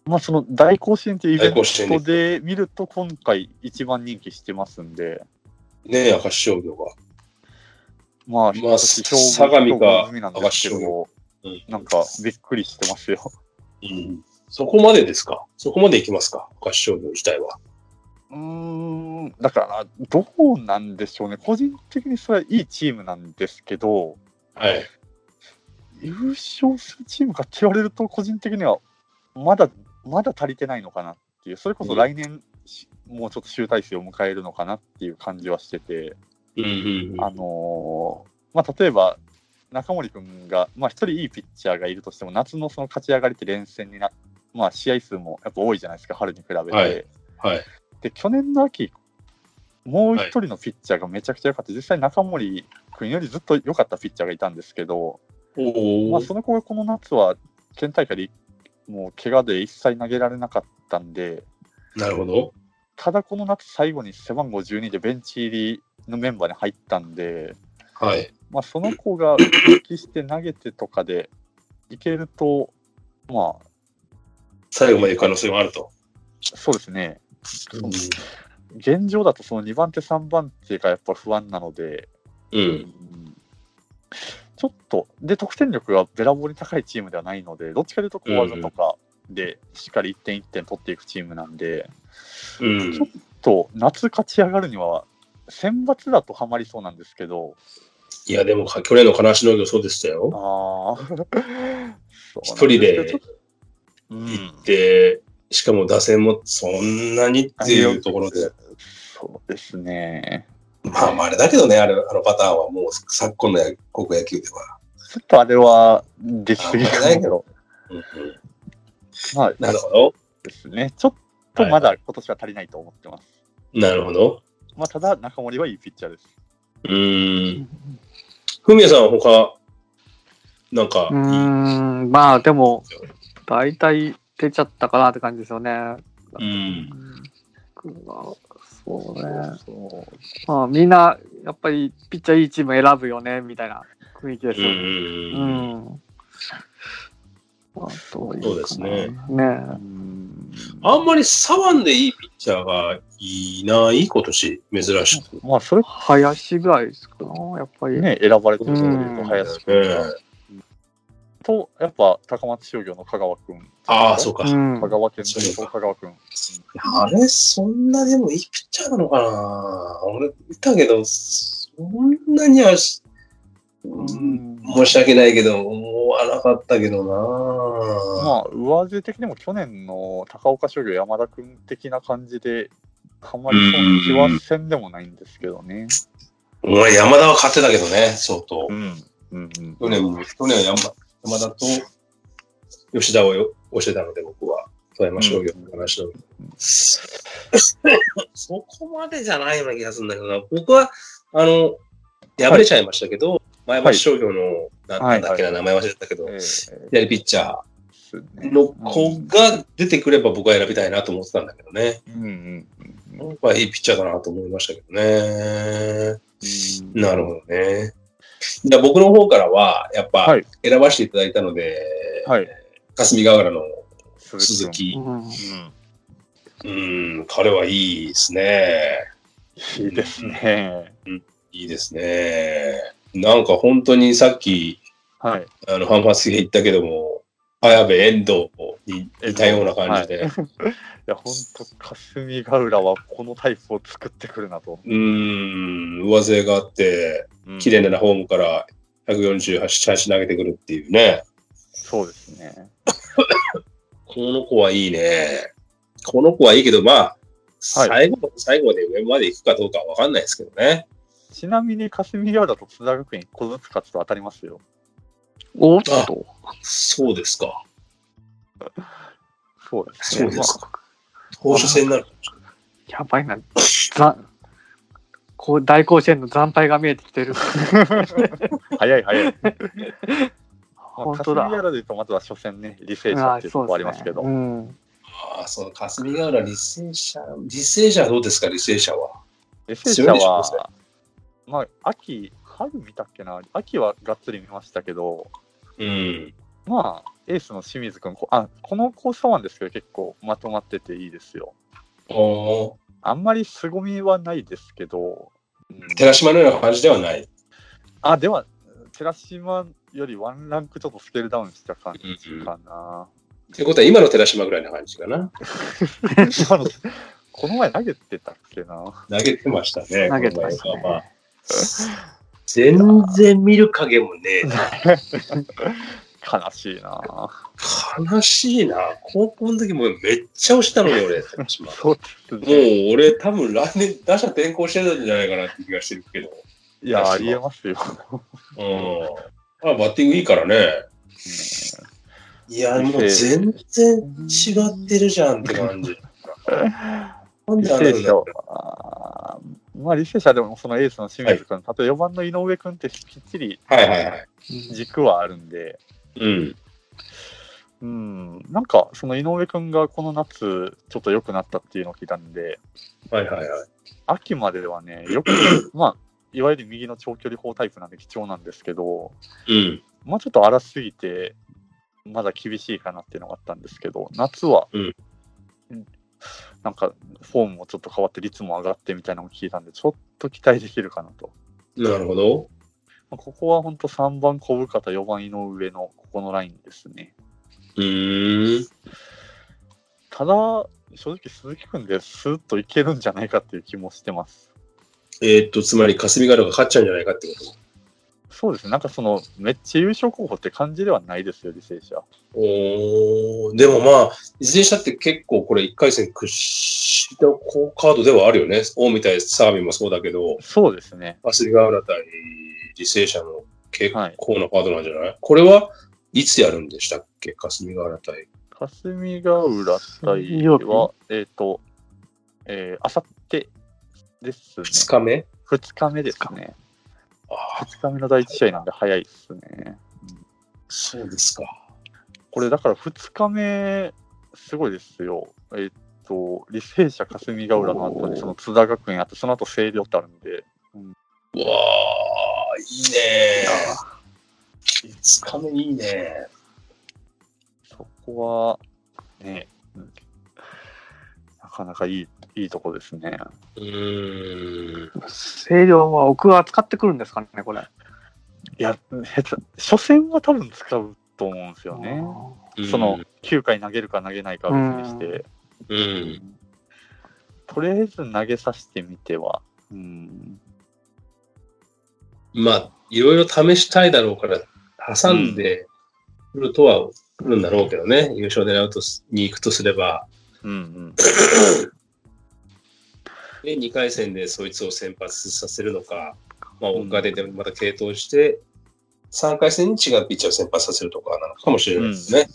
S3: まあその大甲子園っていうイベ
S2: 大甲子園で
S3: ントで見ると今回一番人気してますんで、
S2: ねえ、明石商業が。
S3: まあ、
S2: まあ
S3: 一つ
S2: 相模か
S3: 勝負なんですけど
S2: うん、
S3: なんかびっくりしてますよ。
S2: うん。そこまでですかそこまでいきますか明石商業自体は。
S3: うーん、だからどうなんでしょうね。個人的にそれはいいチームなんですけど、
S2: はい。
S3: 優勝するチームかって言われると、個人的にはまだまだ足りてないのかなっていう、それこそ来年、しもうちょっと集大成を迎えるのかなっていう感じはしてて、
S2: うんうん
S3: あのーまあ、例えば中森君が、まあ、一人いいピッチャーがいるとしても、夏のその勝ち上がりって連戦にな、まあ、試合数もやっぱ多いじゃないですか、春に比べて。
S2: はいはい。
S3: で、去年の秋、もう一人のピッチャーがめちゃくちゃ良かった、実際、中森君よりずっと良かったピッチャーがいたんですけど、
S2: お
S3: まあ、
S2: お。
S3: その子がこの夏は、県大会でもう怪我で一切投げられなかったんで、
S2: なるほど。
S3: ただこの夏、最後に背番号12でベンチ入りのメンバーに入ったんで、
S2: はい。
S3: まあ、その子が復帰して投げてとかでいけると、まあ、
S2: 最後まで行く可能性もあると。
S3: そうですね、
S2: うん
S3: 現状だとその2番手、3番手がやっぱ不安なので、
S2: うん。
S3: ちょっと、で、得点力がべらぼうに高いチームではないので、どっちかというと小技とかでしっかり1点1点取っていくチームなんで、
S2: うん。
S3: と夏勝ち上がるには、選抜だとはまりそうなんですけど、
S2: いや、でも、去年の金足農業そうでしたよ。
S3: ああ、
S2: 一人で
S3: そうなんすけどちょっとうん、
S2: で、しかも打線もそんなにっていうところで。
S3: そうですね。
S2: まあまあ、あれだけどね、あれあのパターンはもう昨今の野高校野球では。
S3: ちょっとあれはできすぎか
S2: あんまりない
S3: け
S2: け
S3: ど、
S2: うんうん
S3: まあ、
S2: なるほど。
S3: ですね。ちょっとまだ今年は足りないと思ってます。
S2: なるほど。
S3: まあ、ただ、中森はいいピッチャーです。
S2: うーん。ふみやさんは他、なんか
S4: う、ーん、まあでも、大体出ちゃったかなって感じですよね。
S2: うん。
S4: そうね。
S3: そう
S4: まあみんな、やっぱりピッチャーいいチーム選ぶよね、みたいな雰囲気で
S2: う
S4: す
S2: ん
S4: よね。う
S2: うんうん。
S4: ん。まあ、どういうかな
S2: そうですね。
S4: ね
S3: うーん
S2: あんまり左腕でいいピッチャーがいない、今年、珍しく。
S3: まあ、それ
S4: 林ぐらいですかな、やっぱり。
S3: ね、選ばれてるところで言うと、
S4: うん
S3: 林
S2: うん
S3: 君がと、やっぱ高松商業の香川君。
S2: ああ、そうか
S4: う。ん
S3: 香。川県の香川君。
S2: あれ、そんなでもいいピッチャーなのかな俺、見たけど、そんなにはし、うん、申し訳ないけど、思わなかったけどな
S3: まあ、上背的にも去年の高岡商業山田君的な感じで、はまりそうな気はせんでもないんですけどね。
S2: まあ、山田は勝ってたけどね、相当
S3: う。ん。うんうん
S2: 去年も、去年は山山田と吉田をよ教えたので、僕は。富山商業の話の。そこまでじゃないような気がするんだけどな。僕は、あの、敗れちゃいましたけど、前橋商業の、ななんだっけな、
S3: はいは
S2: 名
S3: い
S2: 前忘れたけど、
S3: ええ
S2: 左ピッチャ
S3: です
S2: ー
S3: ね
S2: の子が出てくれば僕は選びたいなと思ってたんだけどね。
S3: うんうんうんうん
S2: やっぱいいピッチャーだなと思いましたけどね。なるほどね。じゃあ僕の方からは、やっぱ
S3: はい
S2: 選ばせていただいたので、
S3: はい。
S2: 霞ヶ浦の
S3: 鈴
S2: 鈴木。
S4: うん
S2: うん、彼はいいですね。
S3: うん。いいですね。
S2: いいですね。なんか本当にさっき、
S3: はい。
S2: あの、ファンファスで言ったけども、綾部遠藤に似たような感じで、
S3: いや、本当霞ヶ浦はこのタイプを作ってくるなと。
S2: うん、上背があって、
S3: うん
S2: 綺麗なフォームから148、チャーシ投げてくるっていうね。
S3: そうですね。
S2: この子はいいね。この子はいいけど、まあ、最後、最後まで上まで行くかどうかはわかんないですけどね。
S3: ちなみに霞ヶ浦と津田学院、1個ずつ勝つと当たりますよ。
S4: おっと。
S2: そうですか。
S3: そうですね。
S2: そうですか。放射線になる。
S4: やばいな。ざこう大甲子園の惨敗が見えてきてる。
S3: まあ早い 早い。
S4: 本当だ
S3: まあ霞ヶ浦で言うと、まずは初戦ね、履正社っていうとこありますけど、
S4: あー
S2: ああ、そう、霞ヶ浦、履正社。履正社はどうですか、履正社は。
S3: 履正社
S2: 強いでしょ
S3: は、まあ、秋、春見たっけな、秋はがっつり見ましたけど、
S2: うん。
S3: まあ、エースの清水君、こあこのコースはですけど、結構まとまってていいですよ。
S2: おー
S3: あんまり凄みはないですけど、うん
S2: 寺島のような感じではない。
S3: あ、では、寺島よりワンランクちょっとスケールダウンした感じかな。
S2: ってことは、今の寺島ぐらいな感じかな。
S3: 今の この前投げてたっけな。
S2: 投げてましたね。
S4: 投げてましたね
S2: この前はまあ全然見る影もねえな。
S3: 悲しいな。
S2: 悲しいな。高校の時もめっちゃ押したのよ、俺。寺島
S3: そうです
S2: もう
S3: ね。
S2: 俺多分来年打者転向してたんじゃないかなって気がしてるけど。
S3: いや、ありえますよ。
S2: うん。あバッティングいいからね。いや、もう全然違ってるじゃんって感じ。なん
S3: 履
S2: であんな
S3: 正
S2: に
S3: 社
S2: なっ
S3: は、あーまあ、履正社でもそのエースの清水君、例えば4番の井上君ってきっちり
S2: たはいはいはい。
S3: 軸はあるんで、
S2: うん。
S3: うん、なんかその井上君がこの夏、ちょっと良くなったっていうのを聞いたんで、
S2: はいはいはい。
S3: 秋まではね、 よく、まあ、いわゆる右の長距離砲タイプなんで貴重なんですけど、
S2: うん。
S3: まあ、ちょっと荒すぎて、まだ厳しいかなっていうのがあったんですけど、夏は、
S2: うん
S3: なんかフォームもちょっと変わって、率も上がってみたいなのを聞いたんで、ちょっと期待できるかなと。
S2: なるほど。
S3: まあここは本当3番小深田、4番井上のここのラインですね。
S2: うーん。
S3: ただ、正直鈴木君でスーッといけるんじゃないかっていう気もしてます。
S2: えーっと、つまり霞ヶ浦が勝っちゃうんじゃないかってこと
S3: そうですね、なんかその、めっちゃ優勝候補って感じではないですよ、履正社。
S2: おーでもまあ、いずれにしたって結構これ1回戦屈指の好カードではあるよね。大みたいサービもそうだけど、
S3: そうですね。
S2: 走り川浦対履正社の結
S3: はい
S2: 構なカードなんじゃない、これはいつやるんでしたっけ霞ヶ浦対。
S3: 霞ヶ浦対
S4: 水曜日
S3: は、えっ、と、えー、あさってですね。
S2: 2日目
S3: 2日目ですね。
S2: ああ、
S3: 2日目の第1試合なんで早いですね。
S2: そうですか。
S3: これだから2日目、すごいですよ。えっ、と、履正社霞ヶ浦の後にその津田学園あって、その後星稜ってあるんで、
S2: うわあ、いいねー。5日目いいね
S3: そこは、ね、うんなかなかいい、いいとこですね。
S2: ー。うーん。
S4: 声量は奥は使ってくるんですかね、これ。
S3: いや、へつ初戦は多分使うと思うんですよね。その、9回投げるか投げないかは別にして、
S2: うん。
S3: とりあえず投げさせてみては、うん、
S2: まあ、いろいろ試したいだろうから、挟んでくるとは来るんだろうけどね、優勝狙うとすに行くとすれば、
S3: うん、うん、
S2: で2回戦でそいつを先発させるのか、まあ、岡出でまた継投して、3回戦に違うピッチャーを先発させるとかなのかもしれないですね。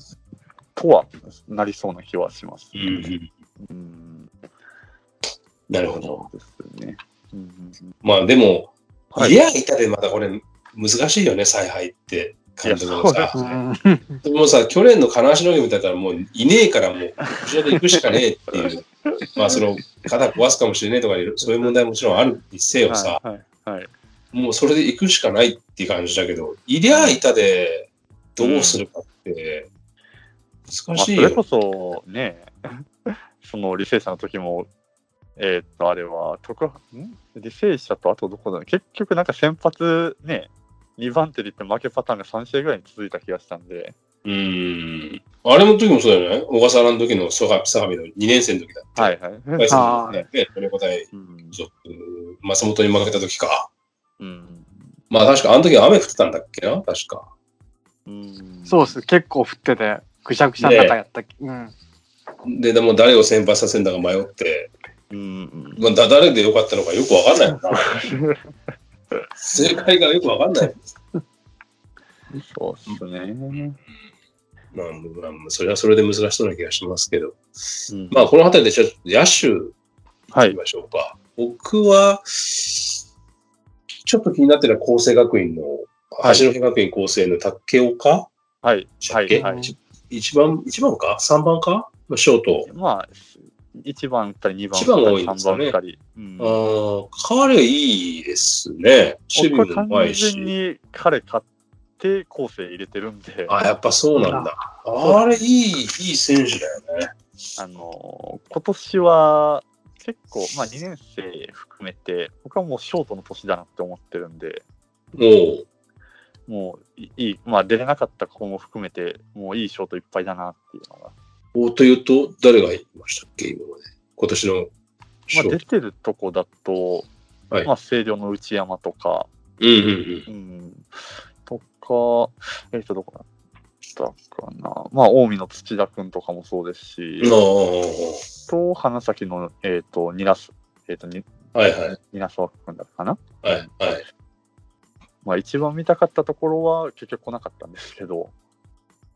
S3: とはなりそうな気はします。
S2: うん
S3: うん、
S2: なるほど。
S3: そうですね。うんうん
S2: まあ、でも、
S3: はい
S2: い、や、いたでまたこれ、難しいよね、采配って。監督も
S3: いや
S2: さ
S3: そうで
S2: でもさ、去年の金足農業みたいなもういねえからもう、後ろで行くしかねえって いう、まあその、肩壊すかもしれねえとかいろ、そういう問題もちろんあるにせよさ、
S3: はい、はい、はい。
S2: もうそれで行くしかないっていう感じだけど、いりゃあいたで、どうするかって、
S3: ま
S2: 難
S3: あ、
S2: し
S3: そ
S2: い
S3: れ
S2: よ
S3: こ。そね、 その履正社の時も、えーっと、あれは、特ん履正社とあとどこだろう結局なんか先発ね、2番手でいって負けパターンが3試合ぐらいに続いた気がしたんで、
S2: うん。あれの時もそうだよね。小笠原の時の曽我相模の2年生の時だって。
S3: はいはい。
S2: 1回戦の
S4: あ
S2: 時だって、それ答え、
S3: うん
S2: 松本に負けた時か。
S3: うん
S2: まあ確か、あの時雨降ってたんだっけな、確か。
S3: うん
S4: そうです。結構降ってて、ぐしゃぐしゃの中やったっけ。うん。
S2: で、でも誰を先発させるんだか迷って、
S3: うん
S2: まあ、だ誰でよかったのかよくわかんないもんな。正解がよくわかんない。
S3: そうっすね。
S2: まあ、まあそれはそれで難しそうな気がしますけど。
S3: うん
S2: まあ、この辺りでちょっと野手行
S3: は
S2: き
S3: い。
S2: ましょうか。僕は、ちょっと気になってるのは、厚生学院の、
S3: はい
S2: 橋の学院厚生の竹岡
S3: はい。は
S2: したっけ
S3: い。はい。
S2: 一番、一番か三番かまあショート。
S3: まあ、1番打ったり、2番
S2: 一番が多いん
S3: 打
S2: で
S3: っ
S2: す
S3: たり、3番
S2: よ
S3: 打
S2: ね
S3: ったり。うん
S2: あー彼いいですね。守備
S3: 僕は
S2: もうま
S3: 完
S2: いし。
S3: 全に彼買って後世入れてるんで、あ
S2: あ、やっぱそうなんだ。あれ、いい、いい選手だよね。
S3: のー今年は結構、まあ、2年生含めて、僕はもうショートの年だなって思ってるんで、
S2: もう、
S3: もういいい、まあ、出れなかった子も含めて、もういいショートいっぱいだなっていうのが、
S2: おというと、誰がいましたっけ、今まで。今年の
S3: ま
S2: 賞
S3: あ、出てるとこだと、
S2: はい
S3: まあ、星稜の内山とか、
S2: うんうんうん。
S3: うん、とか、えっ、と、どこだったかな、まあ、近江の土田君とかもそうですし、
S2: あ
S3: と、花咲の、えっ、と、ニラス、えっ、と、に
S2: あ、はいはい。
S3: ニラスワ君だったかな。
S2: はいはい。
S3: まあ、一番見たかったところは結局来なかったんですけど、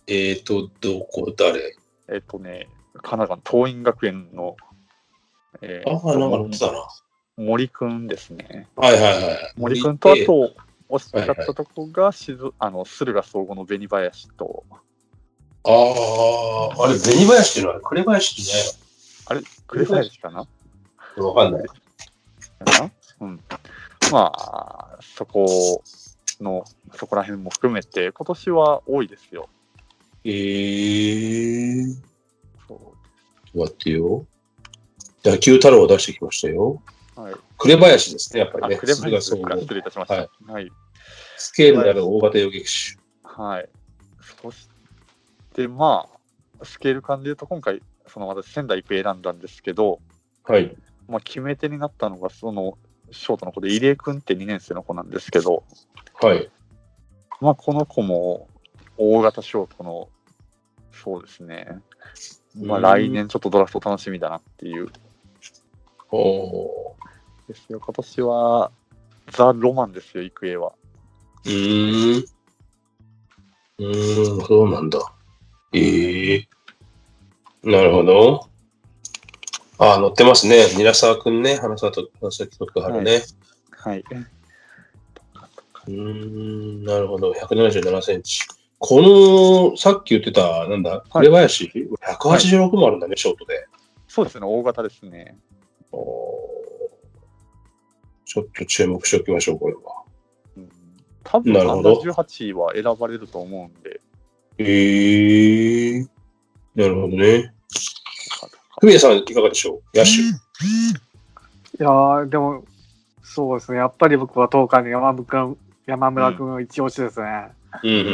S2: えっ、ー、と、どこ、誰
S3: えっとね、神奈川の桐蔭学園の、え
S2: ああ、なんか乗ってたな。
S3: 森くんですね。
S2: はいはいはい。
S3: 森くんと、あ
S2: で、
S3: と、惜しかったとこが、静あの駿河総合の紅林と、
S2: ああ、あれ、紅林っていうのは、紅林ってね
S3: あれ、クレファイルかな
S2: わかんない。
S3: かなうん。まあ、そこの、そこら辺も含めて、今年は多いですよ。
S2: えー、ち
S3: そ
S2: ょっと待ってよ。野球太郎を出してきましたよ。
S3: う。はい。
S2: 紅林ですね、やっぱ
S3: あ、
S2: りね。
S3: クレフ
S2: そ
S3: ァイル
S2: れが
S3: か。
S2: そう
S3: 失礼いたしました。
S2: は
S3: はい
S2: スケールのある大型予撃手。
S3: はい。そして、まあ、スケール感で言うと、今回、その私、仙台育英選んだんですけど、
S2: はい。
S3: まあ、決め手になったのが、その、ショートの子で、入江君って2年生の子なんですけど、
S2: はい。
S3: まあ、この子も、大型ショートの、そうですね、まあ、来。年ちょっとドラフト楽しみだなっていう、
S2: おー
S3: ですよ。今年は、ザ・ロマンですよ、育英は。
S2: うーん。うーん、そうなんだ。ええなるほど。あ、乗ってますね。韮沢くんね。花沢と、花崎とかあるね。
S3: はい。
S2: うーん、なるほど。177センチ。この、さっき言ってた、なんだ、紅林、186もあるんだね、ショートで。
S3: そうですね、大型ですね。
S2: おーちょっと注目しておきましょう、これは。
S3: うん、多分、
S2: なるほど
S3: 18は選ばれると思うんで、
S2: ええなるほどね。ふみやさん、いかがでしょう野手。
S4: いやーでも、そうですね。やっぱり僕は東海の山村君、山村君を一押しですね。
S2: うん
S3: うん
S4: う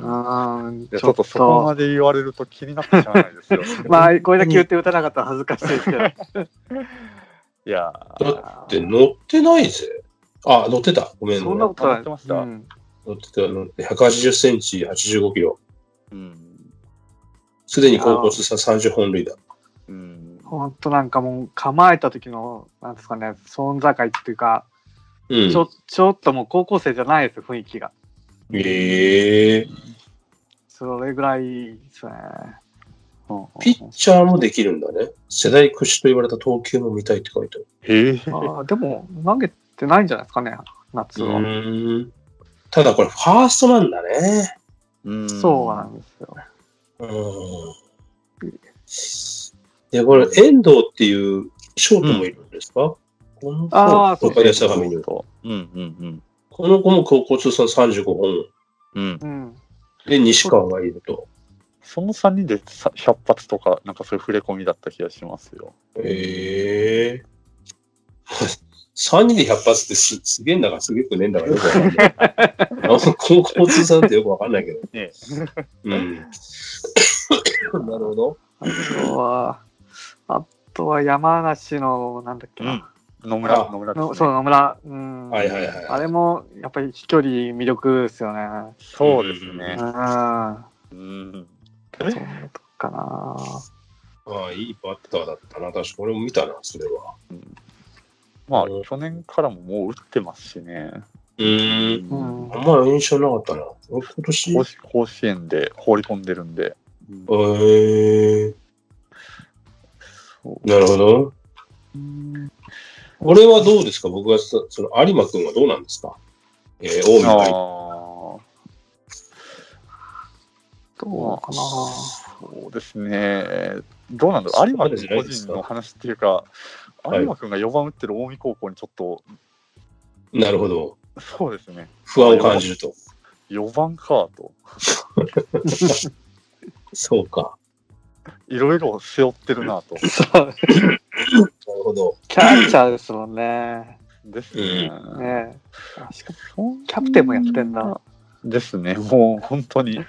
S4: ーん、
S3: いや
S4: ち
S3: ち
S4: ょ
S3: ょ
S4: っ
S3: っ
S4: と
S3: とそこまで言われると気になってしゃあないですよ。
S4: まあ、これだけ言って打たなかったら恥ずかしいですけ ど。
S3: いや
S2: だで、乗ってないぜ。あ、乗ってた。ごめん。
S4: そんなことない。
S3: やってました
S4: うん
S2: 乗ってた。乗って180センチ、85キロ。
S3: うん、
S2: すでに高校通算30本塁打。
S3: うん、
S4: 本当なんかもう構えた時の、なんですかね、存在感っていうか、
S2: うん
S4: ちょちょっともう高校生じゃないです、雰囲気が。
S2: ええ
S4: それぐらいですね。うん
S2: ピッチャーもできるんだね。世代屈指と言われた投球も見たいって書いてある。
S3: へえ、
S4: あーでも、投げてないんじゃないですかね、夏
S2: う
S4: は。
S2: ーん。ただこれ、ファーストなんだね。
S3: うん
S4: そうなんですよ。
S2: うんで、これ、遠藤っていうショートもいるんですか、この子
S4: あーそう
S2: わかりやすいために。
S3: そううんうん
S2: この子も高校通算35本
S3: うんうん。
S4: うん。
S2: で、西川がいると。
S3: その3人でさ100発とか、なんかそういう触れ込みだった気がしますよ。
S2: へえー。3人で100発ってすすげえんだかすげくねえんだかよくわかん ない。あの高校通算ってよくわかんないけど。
S3: ね
S2: うん。なるほど。
S4: あとは、あとは山梨の、なんだっけ
S3: うん
S4: な、、
S3: 野
S2: あ
S3: 村、野村ですね、
S4: のそう、野村。うん。
S2: はいはいはい。
S4: あれも、やっぱり飛距離魅力ですよね。
S3: そうです
S4: うん。
S3: ね。
S4: か
S3: うん
S4: な。
S2: ああ、いいバッターだったな。確か俺も見たな、それは。
S3: まあ
S2: うん、
S3: 去年からももう打ってますしね。
S2: うん
S4: うん。
S2: あんまり印象なかったな。俺今年
S3: 甲子甲子園で放り込んでるんで。うん
S2: えー、
S3: そう
S2: なるほど。これはどうですか僕はさ、その有馬くんはどうなんですかえー、近江
S3: あ
S2: が
S3: あ。
S4: どうかな。
S3: そうですね、どうなんだろう、有馬君個人の話っていうか、
S2: い
S3: 有馬君が4番打ってる近江高校にちょっと、
S2: なるほど。
S3: そうですね、
S2: 不安を感じると。
S3: 4番かと、
S2: そうか。
S3: いろいろ背負ってるな と、
S4: そ
S2: な
S4: う
S2: るほど。
S4: キャッチャーですもんね。
S3: ですね。
S4: ねえあしかも
S3: そん
S4: キャプテンもやってんだ。
S3: ですね、もう本当 に、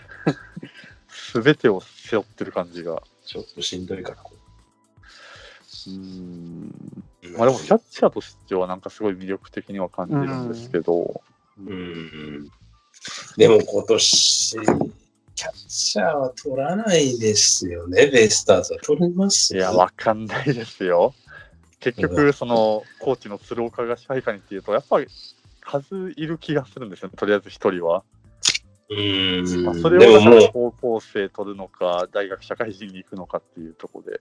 S3: すべてを背負ってる感じが。
S2: ちょっとしんどいから。
S3: うんまあ、でも、キャッチャーとしては、なんかすごい魅力的には感じるんですけど、
S2: うん。でも今年、キャッチャーは取らないですよね。ベイスターズは取れます
S3: い
S2: よ
S3: や、わかんないですよ。結
S2: う
S3: 局、その、コーチの鶴岡が支配下にっていうと、やっぱり数いる気がするんですよね、とりあえず一人は。
S2: うん。
S3: まあ、それ
S2: で
S3: を
S2: も
S3: だか
S2: も
S3: ら
S2: う、
S3: 高校生取るのか、大学社会人に行くのかっていうところで。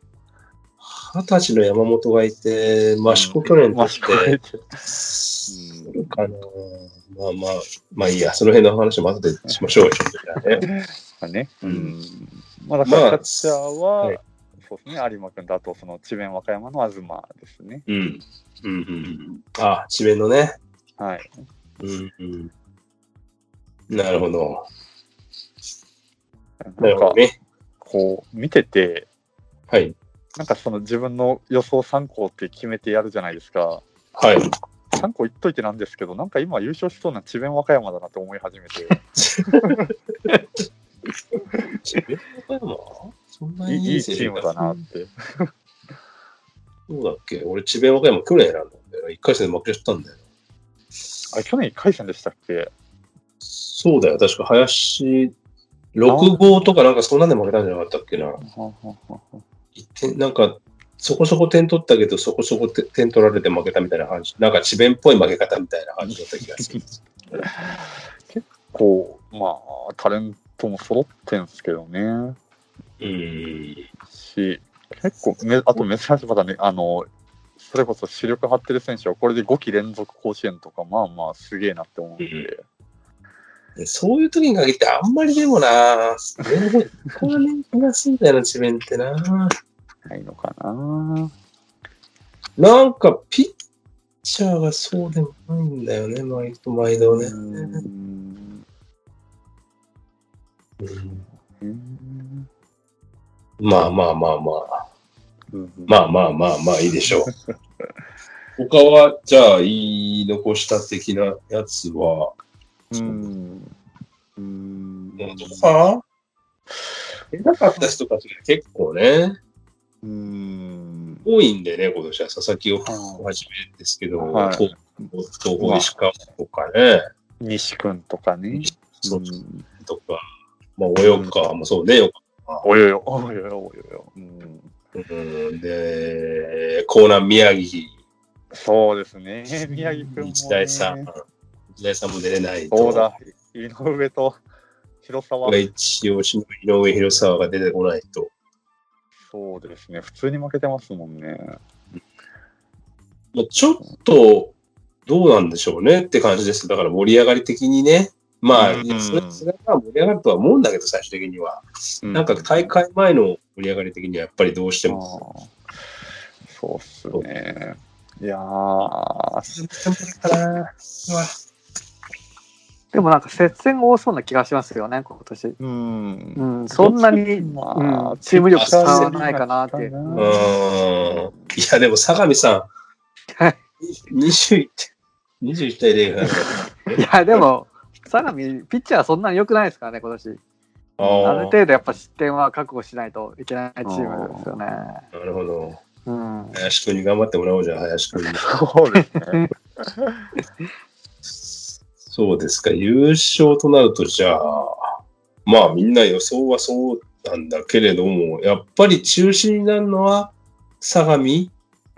S2: 二十歳の山本がいて、益子去年と
S3: 益
S2: し
S3: 子が
S2: て、
S3: いて
S2: するかな。まあまあ、まあいいや、その辺の話も後でしましょうよ。じゃあね
S3: まあね。
S2: う
S3: うんん。まあ、だから、キャッチャーは、
S2: はい
S3: そうですね、有馬君と、あと、その、智弁和歌山の東ですね。
S2: うん。うんうんうん。あ、智弁のね。
S3: はい。
S2: うんうん。なるほど。な
S3: な
S2: る
S3: んか
S2: ほど、ね。
S3: こう、見てて、
S2: はい。
S3: なんかその自分の予想3校って決めてやるじゃないですか。
S2: はい。
S3: 3校いっといてなんですけど、なんか今優勝しそうな智弁和歌山だなって思い始めて、
S2: 智弁和歌山そんない
S3: い
S2: にい
S3: い
S2: い
S3: いチームだなって。
S2: どうだっけ俺、智弁和歌山去年選んだんだよな。1回戦で負けちゃったんだよな。
S3: あれ、去年1回戦でしたっけ
S2: そうだよ。確か、林、6号とかなんかそんなんで負けたんじゃなかったっけな。一点、なんか、そこそこ点取ったけど、そこそこて点取られて負けたみたいな感じ。なんか、智弁っぽい負け方みたいな感じだった気が する。
S3: こう、まあ、タレントも揃ってんすけどね。
S2: うん。
S3: し、結構め、あと珍しいまたね、あの、それこそ主力張ってる選手は、これで5期連続甲子園とか、まあまあ、すげえなって思うんで、
S2: そういう時に限ってあんまりでもな、全然、こんなに気がすんだよな、智弁ってな。
S3: ないのかな。
S2: なんか、ピッチャーがそうでもないんだよね、毎度毎度ね。
S3: うん
S2: うん
S3: うん
S2: まあまあまあまあ。
S3: うん
S2: まあまあまあまあいいでしょう。他は、じゃあ、言い残した的なやつは、
S3: うん。うん
S2: もうどこかな出なかった人たちが結構ね、
S3: うん。
S2: 多いんでね、今年は佐々木をはじめですけど、
S3: はい
S2: 東東方石川とかね、
S3: 西君とかね。
S2: そう
S3: うん
S2: とか、まあ、およかもそうね、よか。
S3: およよ、およよ、およよ。うん
S2: うん、で、江南宮城、
S3: そうですね。宮城君も、ね。
S2: 日大さん、日大さんも出れないと。
S3: そうだ、井上と広沢。
S2: が一応、井上広沢が出てこないと。
S3: そうですね、普通に負けてますもんね。
S2: まあ、ちょっと、どうなんでしょうねって感じです。だから盛り上がり的にね。まあ、
S3: うん
S2: それそれは盛り上がるとは思うんだけど、最終的には。なんか大会前の盛り上がり的にはやっぱりどうしても。
S3: あーそうっすね。いやー、
S4: でもなんか接戦が多そうな気がしますよね、今年。
S3: う。
S4: うんん、そんなに、
S3: まあ
S4: うん、チーム力伝わらないかなって。
S3: う
S2: うんーん。いや、でも、相模さ
S4: はい
S2: ん、21対21対0が。
S4: いや、でも、相模、ピッチャーはそんなに良くないですからね、今年。ある
S2: あ
S4: 程度やっぱ失点は覚悟しないといけないチームですよね。
S2: あ、なるほど。
S4: うん。
S2: 林くんに頑張ってもらおうじゃん、林くんに。
S3: そうですね。
S2: そうですか、優勝となると、じゃあ、まあみんな予想はそうなんだけれども、やっぱり中心になるのは、相模、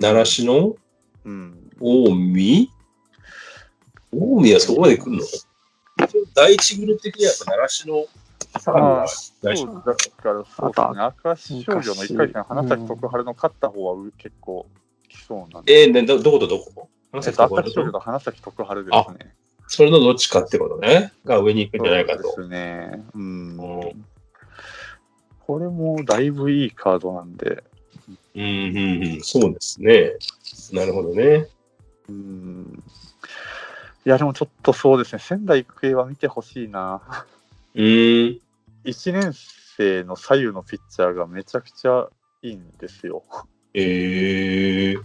S2: 習志野、
S3: うん。
S2: 近江近江はそこまで来るの第一グループ的にはやっぱ習志野、相模が
S3: そ
S2: 大事。
S3: うだから、そう
S4: あ
S3: です
S4: と
S3: ね。明石商業の1回戦、花咲徳栄の勝った方はう結構来そうなんで。
S2: えー、ね、どどことどこ
S3: え
S2: 花
S3: っ
S2: 咲
S3: と
S2: 徳
S3: 明
S2: 栄の
S3: 石商業と花咲徳栄ですね。
S2: それのどっちかってことね。が上に行くんじゃないかと
S3: そ。うですね。うん
S2: お。
S3: これもだいぶいいカードなんで。
S2: うんうんうん、そうですね。なるほどね。
S3: うん。いや、でもちょっとそうですね。仙台育英は見てほしいな。
S2: うーん。
S3: 1年生の左右のピッチャーがめちゃくちゃいいんですよ。
S2: えー、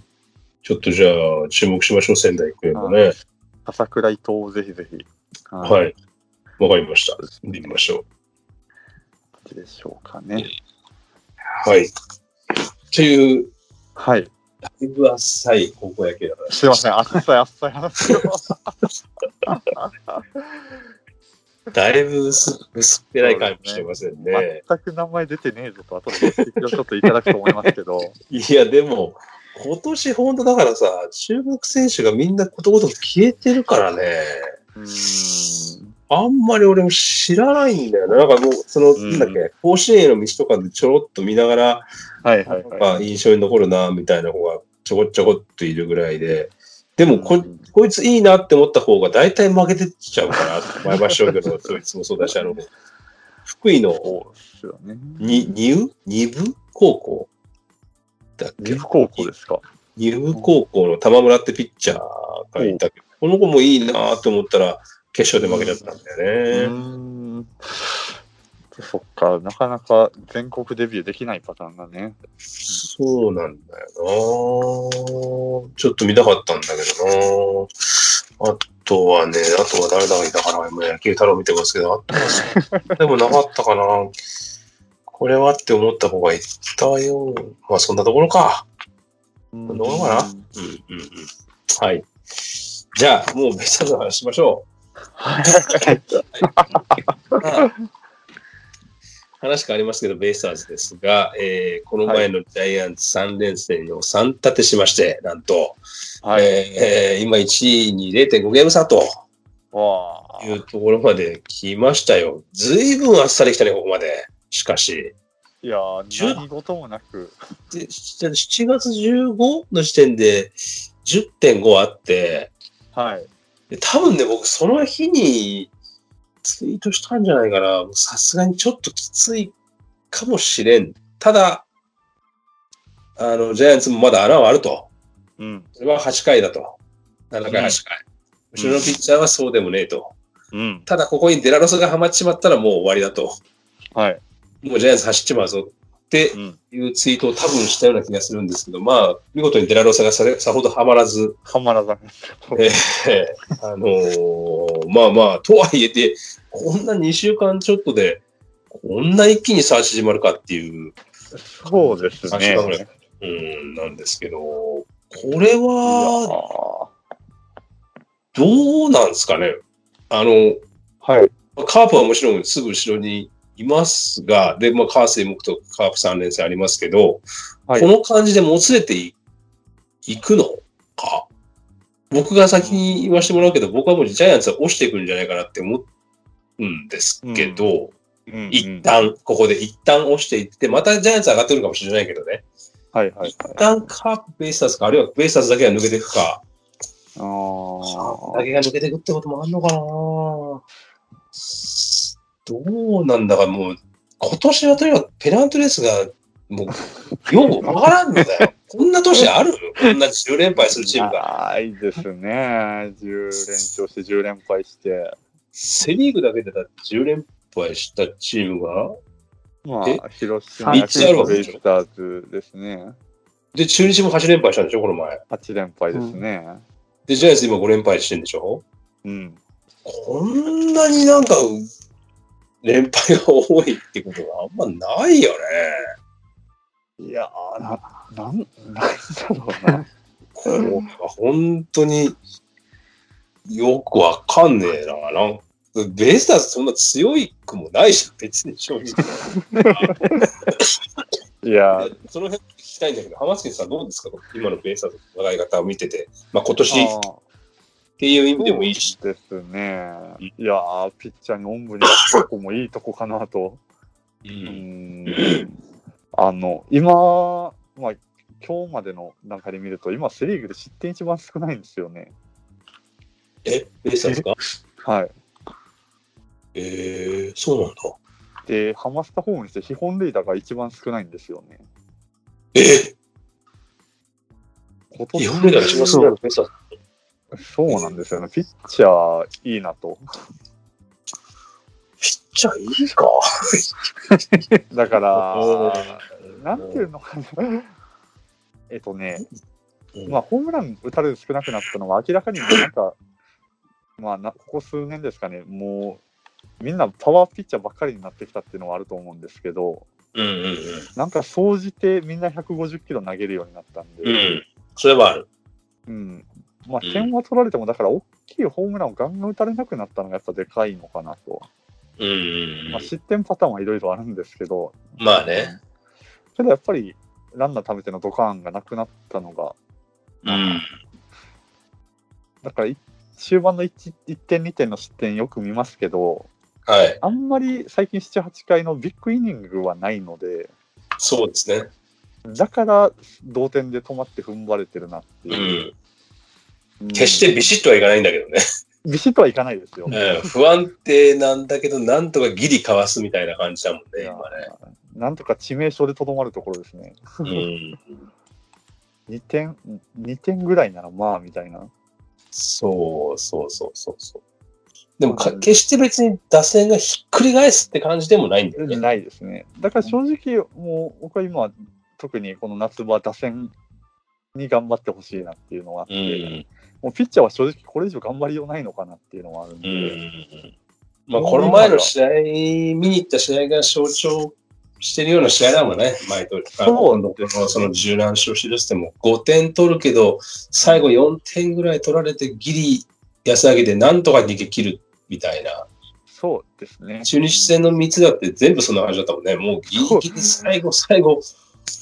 S2: ちょっとじゃあ、注目しましょう、仙台育英もね。
S3: 朝倉伊藤をぜひぜひ。。
S2: はいい。わかりました。見
S3: 見
S2: ましょ
S3: でしょうかね。
S2: う。はい。という、
S3: はい。
S2: だいぶ浅い高校野球だから。
S3: すいま せん。あっさいあっさい話を。
S2: だいぶ薄薄っぺらい感じしてませんね。
S3: 全く名前出てねえぞと、後でご指摘をちょっといただくと思いますけど。
S2: いや、でも、今年本当だからさ、中国選手がみんなことごとく消えてるからね。
S3: うん。
S2: あんまり俺も知らないんだよな。なんかもう、その、
S3: ん
S2: なんだっけ、甲子園への道とかでちょろっと見ながら、
S3: はいはい
S2: まあ、
S3: はい。
S2: 印象に残るな、みたいな方がちょこちょこっといるぐらいで、でも
S3: う
S2: こ、
S3: ん
S2: こいついいなって思った方が大体負けてっちゃうから、前橋商業のそいつもそうだし、あの、福井の
S3: そうですよね。
S2: に二部二部高校だっ
S3: 岐
S2: け
S3: 阜高校ですか。
S2: 二部高校の玉村ってピッチャーがいたけど、この子もいいなと思ったら、決勝で負けちゃったん
S3: う
S2: だよ
S3: ー
S2: ね。
S3: ん。そっか、なかなか全国デビューできないパターンがね。
S2: そうなんだよなちょっと見たかったんだけどなあとはね、あとは誰だかいたかな今野球太郎見てますけど、あとはそうでもなかったかなこれはって思った子がいたよ。まあそんなところか。
S3: ど
S2: どうかなうんうんうん。はい。じゃあ、もう別の話しましょう。話変わりますけど、ベイスターズですが、えーこの前のジャイアンツ3連戦を3立てしまして、なんと、
S3: はい。
S2: えー今1位に0.5ゲーム差と
S3: わあ。
S2: いうところまで来ましたよ。ずいぶんあっさり来たね、ここまで。しかし、
S3: いやー
S2: じゅ
S3: 何事もなく。
S2: で7月15の時点で10.5あって、
S3: はい。
S2: で多分ね、僕、その日にツイートしたんじゃないかな。さすがにちょっときついかもしれん。ただ、あの、ジャイアンツもまだ穴はあると。
S3: うん。
S2: それは8回だと。7回、8回。後ろのピッチャーはそうでもねえと。
S3: うん。
S2: ただ、ここにデラロスがハマっちまったらもう終わりだと。
S3: はい。
S2: もうジャイアンツ走っちまうぞって
S3: うん。
S2: いうツイートを多分したような気がするんですけど、まあ、見事にデラロスがされさほどハマらず、
S3: はまらざる。
S2: ええ あのーまあまあ、とはいえて、こんな2週間ちょっとで、こんな一気に差縮まるかっていう、
S3: そうです
S2: 3
S3: ね
S2: 週。間ぐらい、うん、なんですけど、これは、どうなんですかね。あの、
S3: はい。
S2: カープはもちろんすぐ後ろにいますが、で、まあ、カーセイとカープ3連戦ありますけど、
S3: はい
S2: この感じでもつれていいくのか。僕が先に言わせてもらうけど、僕はもうジャイアンツは落ちていくんじゃないかなって思うんですけど、
S3: うん
S2: 一。旦、ここで一旦落ちていって、またジャイアンツ上がってくるかもしれないけどね。
S3: はいはい
S2: 一。旦カープ、ベイスターズか、あるいはベイスターズだけが抜けていくか。
S3: あ
S2: カー
S3: あ
S2: プだ。けが抜けていくってこともあんのかなどうなんだか、もう、今年はとにかくペナントレースが、もう、ようわからんのだよ。こんな年あるこんな10連敗するチームが。
S3: 長いですね。10連勝して10連敗して。
S2: セ・リーグだけでだって10連敗したチームが、
S3: ま
S2: え
S3: あ、広島
S4: 三つあるわ
S2: け
S3: ベ
S2: で
S3: イ
S2: しょ
S3: スターズですね。
S2: で、中日も8連敗したんでしょ、この前。
S3: 8連敗ですね。
S2: で、ジャイアンツ今5連敗してんでしょ
S3: うん。
S2: こんなになんか、連敗が多いってことがあんまないよね。
S3: いやー、な、なん、なんだろうな。
S2: これは本当によくわかんねえな。なんかベイスターズそんな強いくもないじゃん、別に正直。
S3: いやー、
S2: その辺聞きたいんだけど、浜月さんどうですか今のベイスターズの戦い方を見てて、まあ今年っ
S3: あ
S2: ていう意味
S3: ー
S2: でもいいし。
S3: そうですね。いやー、ピッチャーにおんぶに抱っこもいいとこかなと。う
S2: う
S3: んーん。あの、今、まあ、今日までの中で見ると、今、セ・リーグで失点一番少ないんですよね。
S2: え、ベイスターズか
S3: はい。
S2: えー、そうなんだ。
S3: で、ハマスタホームにして、非本塁打が一番少ないんですよね。
S2: え
S3: 今
S2: ー、
S3: 年
S2: 日本レーダーが一番好きなのベイスターズ。
S3: そうなんですよね。ピッチャーいいなと。
S2: ピッチャーいいか
S3: だから
S2: お、
S3: なんていうのかな。えっとね、
S2: うん
S3: まあ、ホームラン打たれる少なくなったのは明らかになんか、まあな、ここ数年ですかね、もう、みんなパワーピッチャーばっかりになってきたっていうのはあると思うんですけど、
S2: うんうんうん。
S3: なんか総じてみんな150キロ投げるようになったんで、
S2: うん。それはある。
S3: うんまあ、
S2: うん
S3: 点は取られても、だから大きいホームランをガンガン打たれなくなったのがやっぱでかいのかなと、
S2: うんうん
S3: まあ、失点パターンはいろいろあるんですけど、
S2: うん。まあね。
S3: ただやっぱりランナー貯めてのドカーンがなくなったのが、
S2: うん。
S3: だから1終盤の 1, 1点、2点の失点よく見ますけど、
S2: はい。
S3: あんまり最近7、8回のビッグイニングはないので、
S2: そうですね。
S3: だから同点で止まって踏ん張れてるなって
S2: う
S3: いう。
S2: ん。
S3: うん
S2: 決してビシッとはいかないんだけどね。
S3: ビシッとはいかないですよ。
S2: うん不安定なんだけど、なんとかギリかわすみたいな感じだもん
S3: い
S2: ね、
S3: や
S2: 今ね。
S3: なんとか致命傷でとどまるところですね。
S2: うん。
S3: 2点、2点ぐらいならまあみたいな。
S2: そうそうそうそうそう。でもか、決して別に打線がひっくり返すって感じでもないんだよね。
S3: ないですね。だから正直、もう僕は今、特にこの夏場、打線に頑張ってほしいなっていうのがあっ
S2: う
S3: て、
S2: ん。
S3: もうピッチャーは正直これ以上頑張りようないのかなっていうのはあるん
S2: う
S3: で、
S2: ん。まあ、この前の試合、見に行った試合が象徴してるような試合だもんね、毎年。
S3: そう
S2: のその柔軟勝手ですっても、5点取るけど、最後4点ぐらい取られて、ギリ安上げでなんとか逃げ切るみたいな。
S3: そうですね。
S2: 中日戦の3つだって全部そんな感じだったもんね。もうギリギリ最後、最後、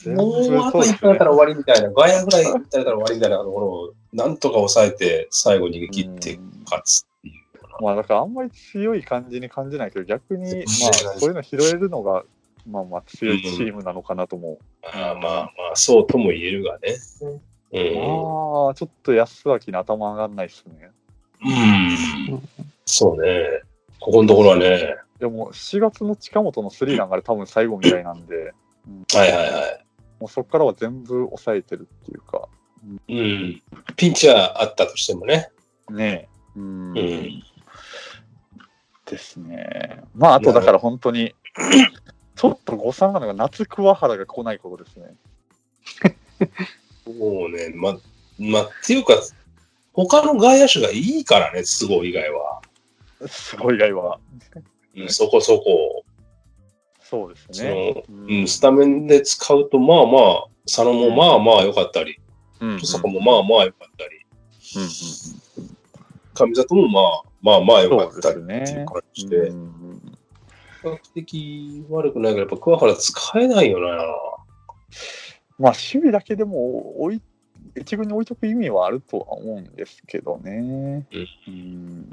S3: 全部
S2: もうあと
S3: そうですね
S2: 1分だったら終わりみたいな、外野ぐらい打たれたら終わりみたいなところを、なんとか抑えて、最後逃げ切って
S3: うん
S2: 勝つっていう。
S3: まあだからあんまり強い感じに感じないけど、逆に、ま
S2: そう
S3: あ、そういうの拾えるのが、まあまあ強いチームなのかなとも。
S2: ああまあまあ、そうとも言えるがね。うん。
S3: まあ、ちょっと安脇の頭上がんないですね。
S2: うん。そうね。ここのところはね。
S3: でも、7月の近本のスリーランが多分最後みたいなん で、
S2: はいはいは
S3: もうそこからは全部抑えてるっていうか、
S2: い。うん。ピンチはあったとしてもね。
S3: ねえ。うん
S2: うん。
S3: ですね。まあ、あとだから本当 に、ちょっと誤算なのが、夏桑原が来ないことですね。
S2: そうね。ま、まあ、っていうか、他の外野手がいいからね、都合以外は。
S3: すごい以外は。
S2: うんそこそこ、
S3: そうです
S2: そ
S3: ね。
S2: の、
S3: うん
S2: うん、スタメンで使うと、まあまあ、佐野もまあまあ良かったり、
S3: うんうん
S2: 登坂もまあまあ良かったり、
S3: うんうん
S2: 上里もまあまあまあ良かったり
S3: そうです
S2: っ
S3: ね
S2: ていう感じ
S3: う
S2: で、
S3: ん
S2: 比較的悪くないけど、やっぱ桑原使えないよな。
S3: まあ、守備だけでも置い、一軍に置いとく意味はあるとは思うんですけどね。うん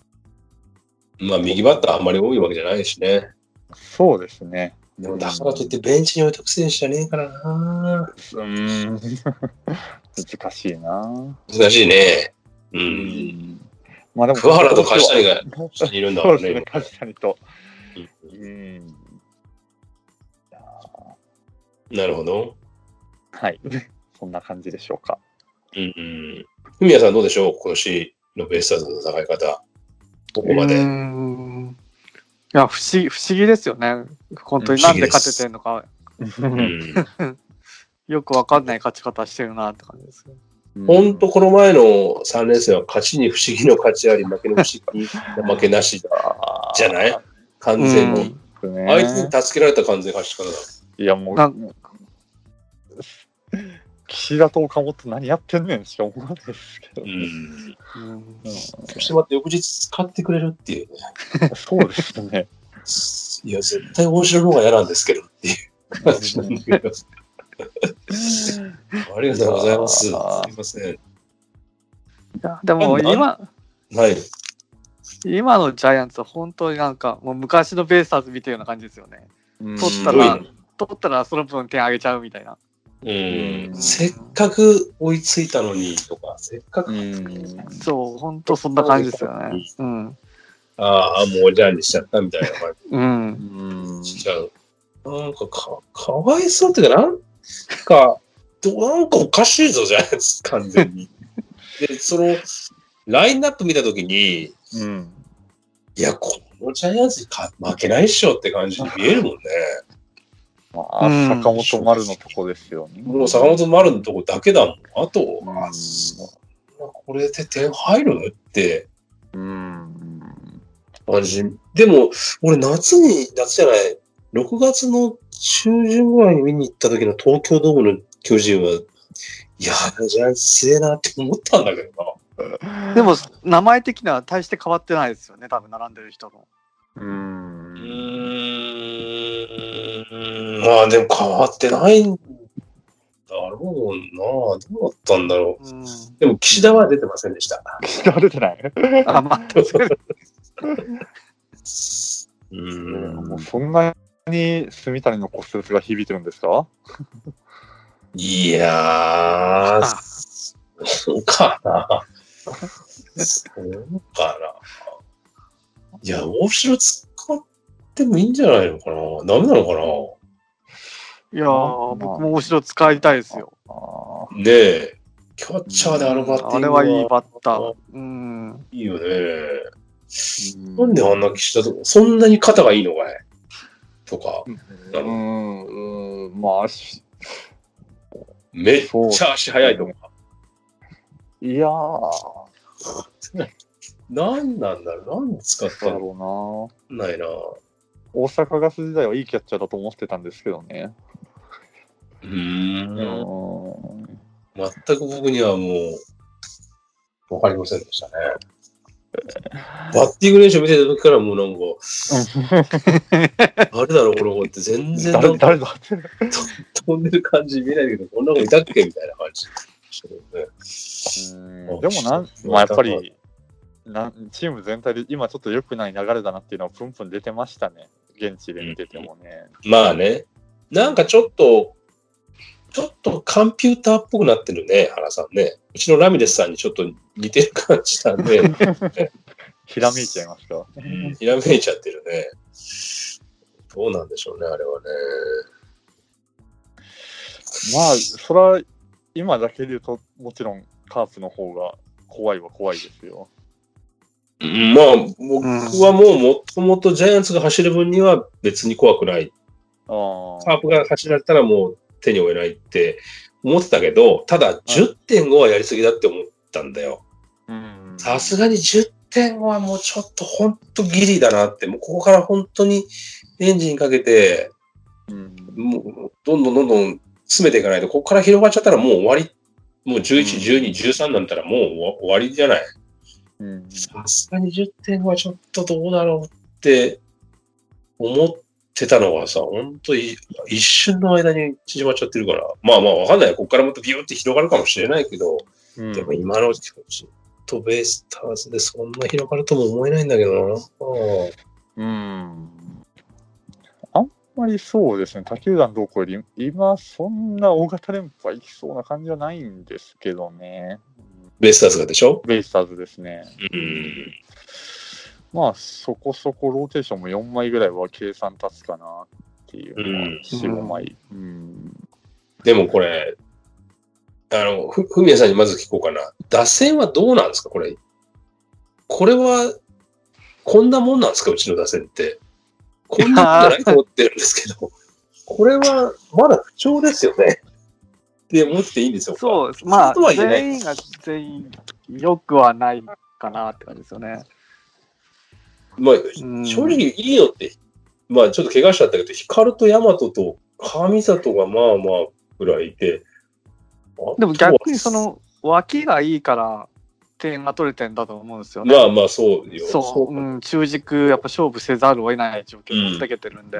S2: まあ、右バッターあんまり多いわけじゃないしね。
S3: そうですね。
S2: でも、だからといってベンチに置いとく選手じゃねえからな。
S3: うん難しいな。
S2: 難しいね。う。。
S3: うんまあでも
S2: 桑原と梶谷が下にいるんだ
S3: そ
S2: か
S3: う
S2: ら
S3: ですね、
S2: ね。
S3: 梶谷と。
S2: 今
S3: うん。いやー
S2: なるほど。
S3: はい。そんな感じでしょうか。
S2: うんうん。ふみやさんどうでしょう今年のベイスターズの戦い方。ここま
S4: うー
S2: で。
S4: んいや、不思議、不思議ですよね。本当になんで勝ててんのか、
S2: うん。
S4: よくわかんない勝ち方してるなって感じですよ。
S2: ほんとこの前の3連戦は勝ちに不思議の勝ちあり、負けの不思議、負けなしだ。じゃない完全に。
S3: 当ね。
S2: 相手に助けられた完全勝ち方だ。
S3: いやも
S4: な
S3: う、もう岸田と岡本何やってんねんしか思わないですけど。
S2: ん。
S4: うん
S2: そしてまた翌日勝ってくれるっていうね。
S3: そうですね。
S2: いや、絶対大城の方が嫌なんですけどっていう感じなんだけど。ありがとうございます。すいません。
S4: いやでも
S2: なん
S4: 今、
S2: はい。
S4: 今のジャイアンツは本当になんか、もう昔のベイスターズ見てるような感じですよね。取ったら
S2: すごいね
S4: 取ったらその分点あげちゃうみたいな。
S2: うん
S3: うん
S2: せっかく追いついたのにとか、せっかく、
S3: うん
S4: そう、本当そんな感じですよね。うん。
S2: ああ、もうじゃあにしちゃったみたいな感
S4: うん。
S3: うん
S2: じしちゃう。なんかか、かわいそうっていうか、なんか、どなんかおかしいぞ、じゃないですか、完全に。で、その、ラインナップ見たときに、
S3: うん
S2: いや、このジャイアンツにか負けないっしょって感じに見えるもんね。
S3: まあ、
S4: うん
S3: 坂本丸のとこですよね。
S2: もう坂本丸のとこだけだもん。あと、
S3: うん
S2: あそんなこれで点入るって。
S3: うん。
S2: 感じ。でも、俺夏に、夏じゃない、6月の中旬ぐらいに見に行った時の東京ドームの巨人は、いやー、ジャイアンツ強えなって思ったんだけどな。
S4: でも、名前的には大して変わってないですよね、多分並んでる人の。
S3: うん。
S2: ん。まあでも変わってないんだろうなどうだったんだろ
S4: うん。
S2: う。でも、岸田は出てませんでした。
S3: 知られてない。
S4: あ、まあ、確かに。
S2: う。
S3: もうんそんなに住谷の骨折が響いてるんですか
S2: いやー、
S4: あ
S2: そうかな。そうかな。いや、大城使ってもいいんじゃないのかな。ダメなのか
S4: いやー、僕もお城使いたいですよ。
S3: あ
S2: な。ねえ。キャッチャーであのバッティ
S4: あ
S2: ン
S4: れ
S2: グ
S4: は
S2: はい
S4: い
S2: い
S4: バッター。うん。
S2: いよね。
S3: ー
S2: なんであんな岸田とそんなに肩がいいのかいとか、
S3: うーん、うーん、まあ、し
S2: めっちゃ足速いとか。
S3: いやー、
S2: なんなんだろうなんで使っ
S3: そう
S2: た
S3: だ
S2: の
S3: ろうな。
S2: ないな。
S3: 大阪ガス時代はいいキャッチャーだと思ってたんですけどね。
S2: う
S3: う
S2: ーん。
S3: ーん。
S2: 全く僕にはもう、わかりませんでしたね。バッティング練習見てた時からもうなんか、あれだろ、この子って全然な
S3: 誰
S2: ん
S3: 誰
S2: か
S3: だって。
S2: 飛んでる感じ見ないけど、こんな子いたっけみたいな感じ。
S3: うんでもなん、まあ、やっぱりなん、チーム全体で今ちょっと良くない流れだなっていうのは、プンプン出てましたね、現地で見ててもね。
S2: まあね。なんかちょっと、ちょっとカンピューターっぽくなってるね、原さんね。うちのラミレスさんにちょっと似てる感じなんで、
S3: ひらめいちゃいました。
S2: ひらめいちゃってるね。どうなんでしょうね、あれはね。
S3: まあ、それは今だけで言うと、もちろんカープの方が怖いは怖いですよ。
S2: うんまあ、僕はもうもともとジャイアンツが走る分には別に怖くない。
S3: あ
S2: カープが走られたらもう手に負えないって思ってたけど、ただ10.5はやりすぎだって思ったんだよ。
S3: うん
S2: さすがに10点はもうちょっと本当ギリだなって、もうここから本当にエンジンかけて、
S3: うん
S2: もうどんどんどんどん詰めていかないと、ここから広がっちゃったらもう終わり、もう11、12、13なんたらもう終わ終わりじゃない。
S3: うん
S2: さすがに10点はちょっとどうだろうって思ってたのがさ、本当に一瞬の間に縮まっちゃってるから、まあまあわかんない。ここからまたビューって広がるかもしれないけど、
S3: うん
S2: でも今のちょっとベイスターズでそんな広がるとも思えないんだけど
S3: う
S2: な。
S3: んあんまりそうですね、他球団どうこうより、今、そんな大型連覇いきそうな感じはないんですけどね、
S2: ベイスターズがでしょ
S3: ベイスターズですね。
S2: うん。
S3: まあ、そこそこローテーションも4枚ぐらいは計算立つかなっていうのは、
S2: うん
S3: 4、5枚。うん
S2: でもこれ、あの、ふ、ふみやさんにまず聞こうかな。打線はどうなんですかこれ。これは、こんなもんなんですかうちの打線って。こんなもんじゃないと思ってるんですけど。 これは、まだ不調ですよね。って思っていいんですよ。
S4: そうです。まあ
S2: と、はいえね
S4: 全員が全員良くはないかなって感じですよね。
S2: まあ、
S4: うん
S2: 正直いいのって、まあちょっと怪我しちゃったけど、光と大和と神里がまあまあぐらいいて、
S4: でも逆にそ、の脇がいいから点が取れてんだと思うんですよね。
S2: まあまあそうよ。
S4: そう、
S2: う
S4: うん、中軸、やっぱ勝負せざるを得ない状況に持ってけてるんで、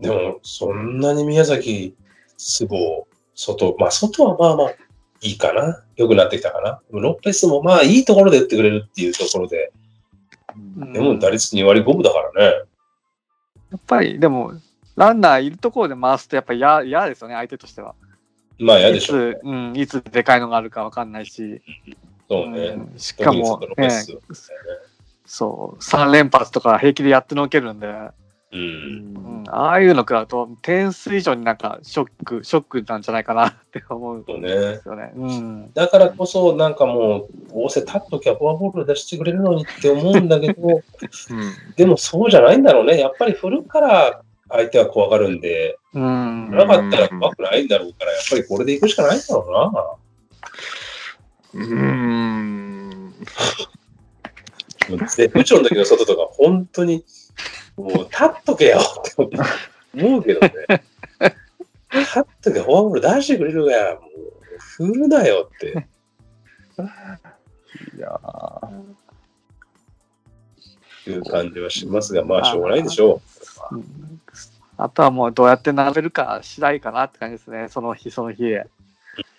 S2: でも、そんなに宮崎、須郷、外、まあ外はまあまあいいかな。良くなってきたかな。でもロッペスもまあいいところで打ってくれるっていうところで、
S4: うん
S2: でも打率2割5分だからね。
S4: やっぱりでも、ランナーいるところで回すと、やっぱり嫌嫌ですよね、相手としては。
S2: まあ嫌で
S4: い
S2: しょう。
S4: つ、うん、いつでかいのがあるか分かんないし、
S2: そうね。
S4: うんしかも
S2: 特に、外の
S4: ね、
S2: ロペス
S4: そう、3連発とか平気でやってのけるんで、
S2: う。
S3: うん
S4: うん
S3: ん
S4: ああいうの食らうと、点数以上になんかショック、ショックなんじゃないかな って思う
S2: そうんね。
S4: ですよね。うん、
S2: だからこそ、なんかもう、どうせ立っときゃフォアボール出してくれるのにって思うんだけ ど、でもそうじゃないんだろうね。やっぱり振るから相手は怖がるんで、
S4: うん
S2: 振らなかったら怖くないんだろうから、やっぱりこれで行くしかないんだろ
S3: うん
S2: うな。で、部長の時の外とか、本当に、もう立っとけよって思うけどね。立っとけ、フォアボール出してくれるから、もう、振るなよって。
S3: いやー
S2: いう感じはしますが、まあ、しょうがないでしょう。
S4: あとはもうどうやって並べるか次第かなって感じですね。その日その日で。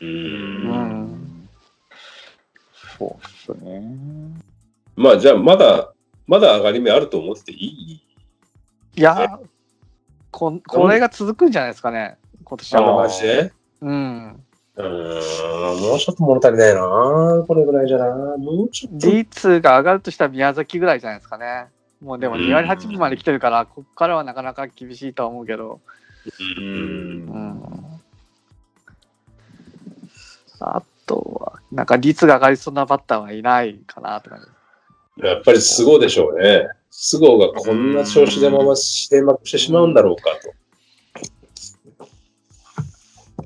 S2: うん
S4: うん
S3: そうですね。
S2: まあ、じゃあ、まだ、まだ上がり目あると思ってていい
S4: いや、ここれが続くんじゃないですかね。今年
S2: あの
S4: は。
S2: 話で
S4: うん。
S2: うーん、もうちょっと物足りないなこれぐらいじゃなもうちょっと。
S4: D2 が上がるとしたら宮崎ぐらいじゃないですかね。もうでも2割8分まで来てるから、ここからはなかなか厳しいとは思うけど。
S2: う
S3: うん
S4: うん。あとは、なんか率が上がりそうなバッターはいないかなって感じ。
S2: やっぱり都合でしょうね。都合がこんな調子でまま閉幕してしまうんだろうかと。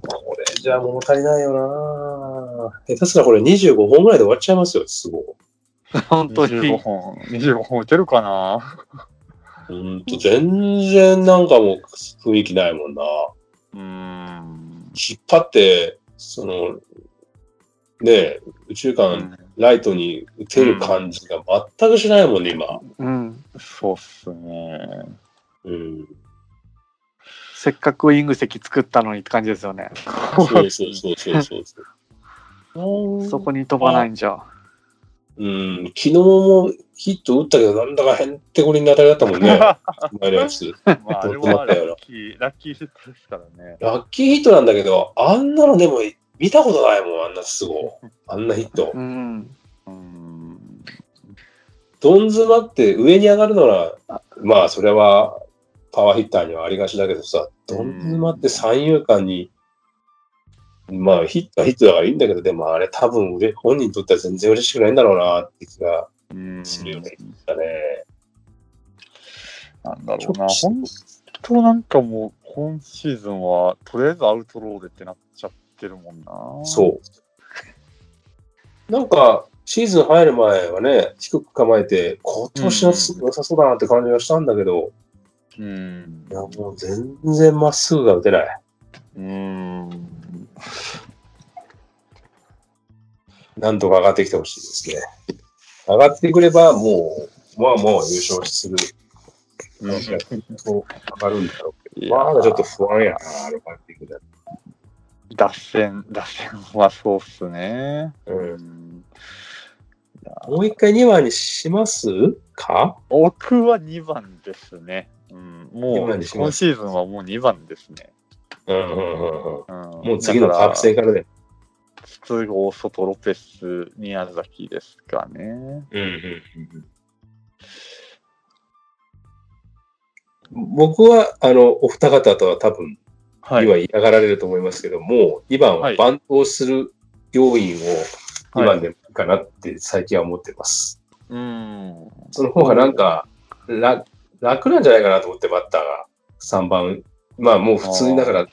S2: これじゃ物足りないよな下手すらこれ25本ぐらいで終わっちゃいますよ、都合。
S4: 本当
S3: 25
S4: に。
S3: 本、25本打てるかな
S2: うんと、全然なんかもう雰囲気ないもんな
S3: うん。
S2: 引っ張って、その、ねえ、宇宙間、ライトに打てる感じが全くしないもんね、今。
S4: うん。
S3: そうっすね。
S2: うん。
S4: せっかくウイング席作ったのにって感じですよね。
S2: そうそうそうそう そうそう。
S4: そこに飛ばないんじゃ。
S2: うん、昨日もヒット打ったけど、なんだかへんてこりんな当たりだったも ん ね、前のやつ。
S3: まあ、あれはラッキー、ラッキーヒットですからね。
S2: ラッキーヒットなんだけど、あんなのでも見たことないもん、あんなすごい。あんなヒット
S4: う。ん。
S3: うん。
S2: どん詰まって上に上がるなら、まあ、それはパワーヒッターにはありがちだけどさ、どん詰まって三遊間に、まあ、ヒットはヒットだからいいんだけど、でもあれ多分上本人にとっては全然嬉しくないんだろうなって気が
S3: うん
S2: するよね。だね。
S3: なんだ
S2: ち
S3: ろ
S2: ょ
S3: うな。本当なんかもう、今シーズンは、とりあえずアウトローでってなっちゃってるもんな。
S2: そう。なんか、シーズン入る前はね、低く構えて、今年はす良さそうだなって感じがしたんだけど、
S3: う。うん
S2: い。や、もう全然まっすぐが打てない。
S3: うん。
S2: なんとか上がってきてほしいですね。上がってくれば、もう、まあもう優勝する。そう上がるんだろうけ
S3: い
S2: ど。
S3: や
S2: まだちょっと不安やな、アルバティクだ。
S3: 脱線、脱線はそうっすね。
S2: うん
S3: ん。
S2: もう一回2番にしますか
S3: 僕は2番ですね。うん、
S2: 二
S3: も
S2: 番
S3: う
S2: にします
S3: 今シーズンはもう2番ですね。
S2: うんうんうんうん。
S3: うん、
S2: もう次のカープ戦からで。
S3: 筒香、外、ロペス、宮崎ですかね。
S2: うん僕は、あの、お二方とは多分、
S3: はい。
S2: 今嫌がられると思いますけど、もう2番
S3: は
S2: はいバントをする要因を2
S3: はい
S2: 番でもいいかなって最近は思ってます。
S3: うん。
S2: その方がなんか、ら楽なんじゃないかなと思って、バッターが。3番。まあもう普通にだから、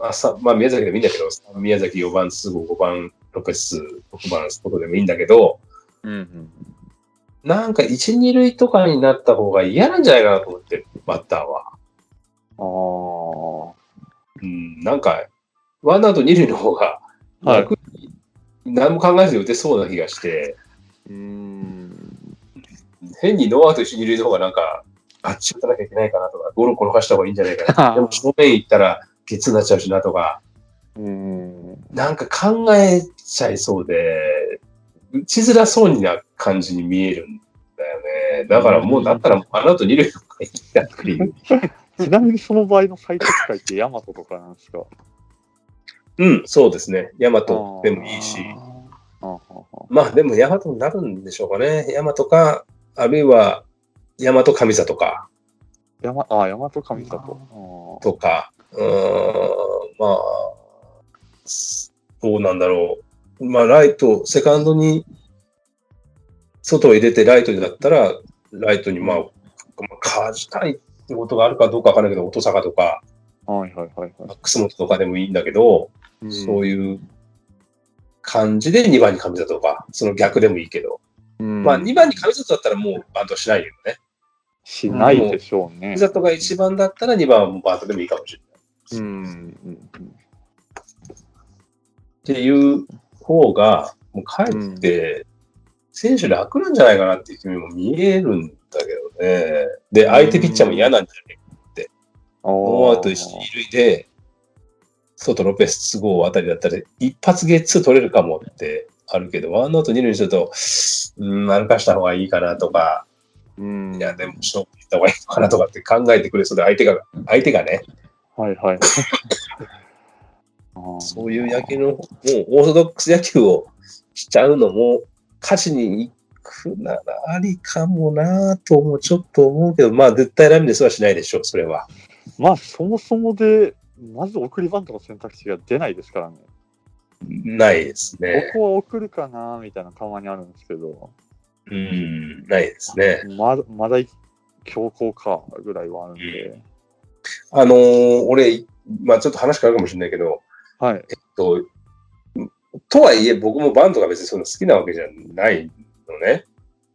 S2: まあ、さまあ宮崎でもいいんだけど、宮崎4番、すぐ5番、ロペス、6番、スポトでもいいんだけど、
S3: うんうん。
S2: なんか1、2塁とかになった方が嫌なんじゃないかなと思って、バッターは。
S3: ああ。
S2: うん、なんか、ワンアウト2塁の方が、
S3: はい
S2: 楽に何も考えずに打てそうな気がして、
S3: うん。
S2: 変にノーアウト1、2塁の方がなんか、あっち打たなきゃいけないかなとか、ゴロ転がした方がいいんじゃないかな。でも正面行ったら、ゲッツーになっちゃうしなとか、
S3: うん。
S2: なんか考えちゃいそうで、打ちづらそうにな感じに見えるんだよね。だからもう、だったらもうあの後二塁とか行ったっていう。
S3: ちなみにその場合の最適解ってヤマトとかなんですか
S2: うん、そうですね。ヤマトでもいいし。
S3: あーは
S2: まあでもヤマトになるんでしょうかね。ヤマトか、あるいは、ヤマト神里か、
S3: ヤマあー、ヤマト神里。
S2: とか、うーん、まあ、どうなんだろう。まあライト、セカンドに、外を入れてライトだったら、ライトにまあ、まあ、かじたいってことがあるかどうかわからないけど、音坂とか、
S3: あーはいはいはいは
S2: 楠本とかでもいいんだけど、
S3: い。
S2: そういう感じで2番に神里とか、その逆でもいいけど、
S3: うん。
S2: まあ2番に神里だったらもうバントしないよね。
S3: しないでしょうね
S2: 神。里が1番だったら2番はもうバントでもいいかもしれ
S3: う
S2: ない。
S3: んうん
S2: っていう方が、もうかえって選手楽なんじゃないかなっていう気も見えるんだけどね。で、相手ピッチャーも嫌なんじゃない
S3: あ
S2: ノーア
S3: ノ
S2: ウト一塁で、ソトロペス都合あたりだったら、一発ゲッツー取れるかもってあるけど、ワンアウト二塁にすると、うん、歩かした方がいいかなとか、
S3: うん。
S2: いや、でも、勝負した方がいいのかなとかって考えてくれそうで、相手が、相手がね、
S3: はい はい。
S2: そういう野球の、もうオーソドックス野球をしちゃうのも、勝ちに行くならありかもなともちょっと思うけど、まあ絶対ラミレスはしないでしょう、それは。
S3: まあ、そもそもで、まず送りバントの選択肢が出ないですからね。
S2: ないですね。
S3: ここは送るかなみたいなたまにあるんですけど、
S2: うん、ないですね。
S3: ままだ強行かぐらいはあるんで、
S2: あのー俺、まあちょっと話変わるかもしれないけど、
S3: はい。
S2: ととはいえ僕もバンドが別にそんな好きなわけじゃないのね。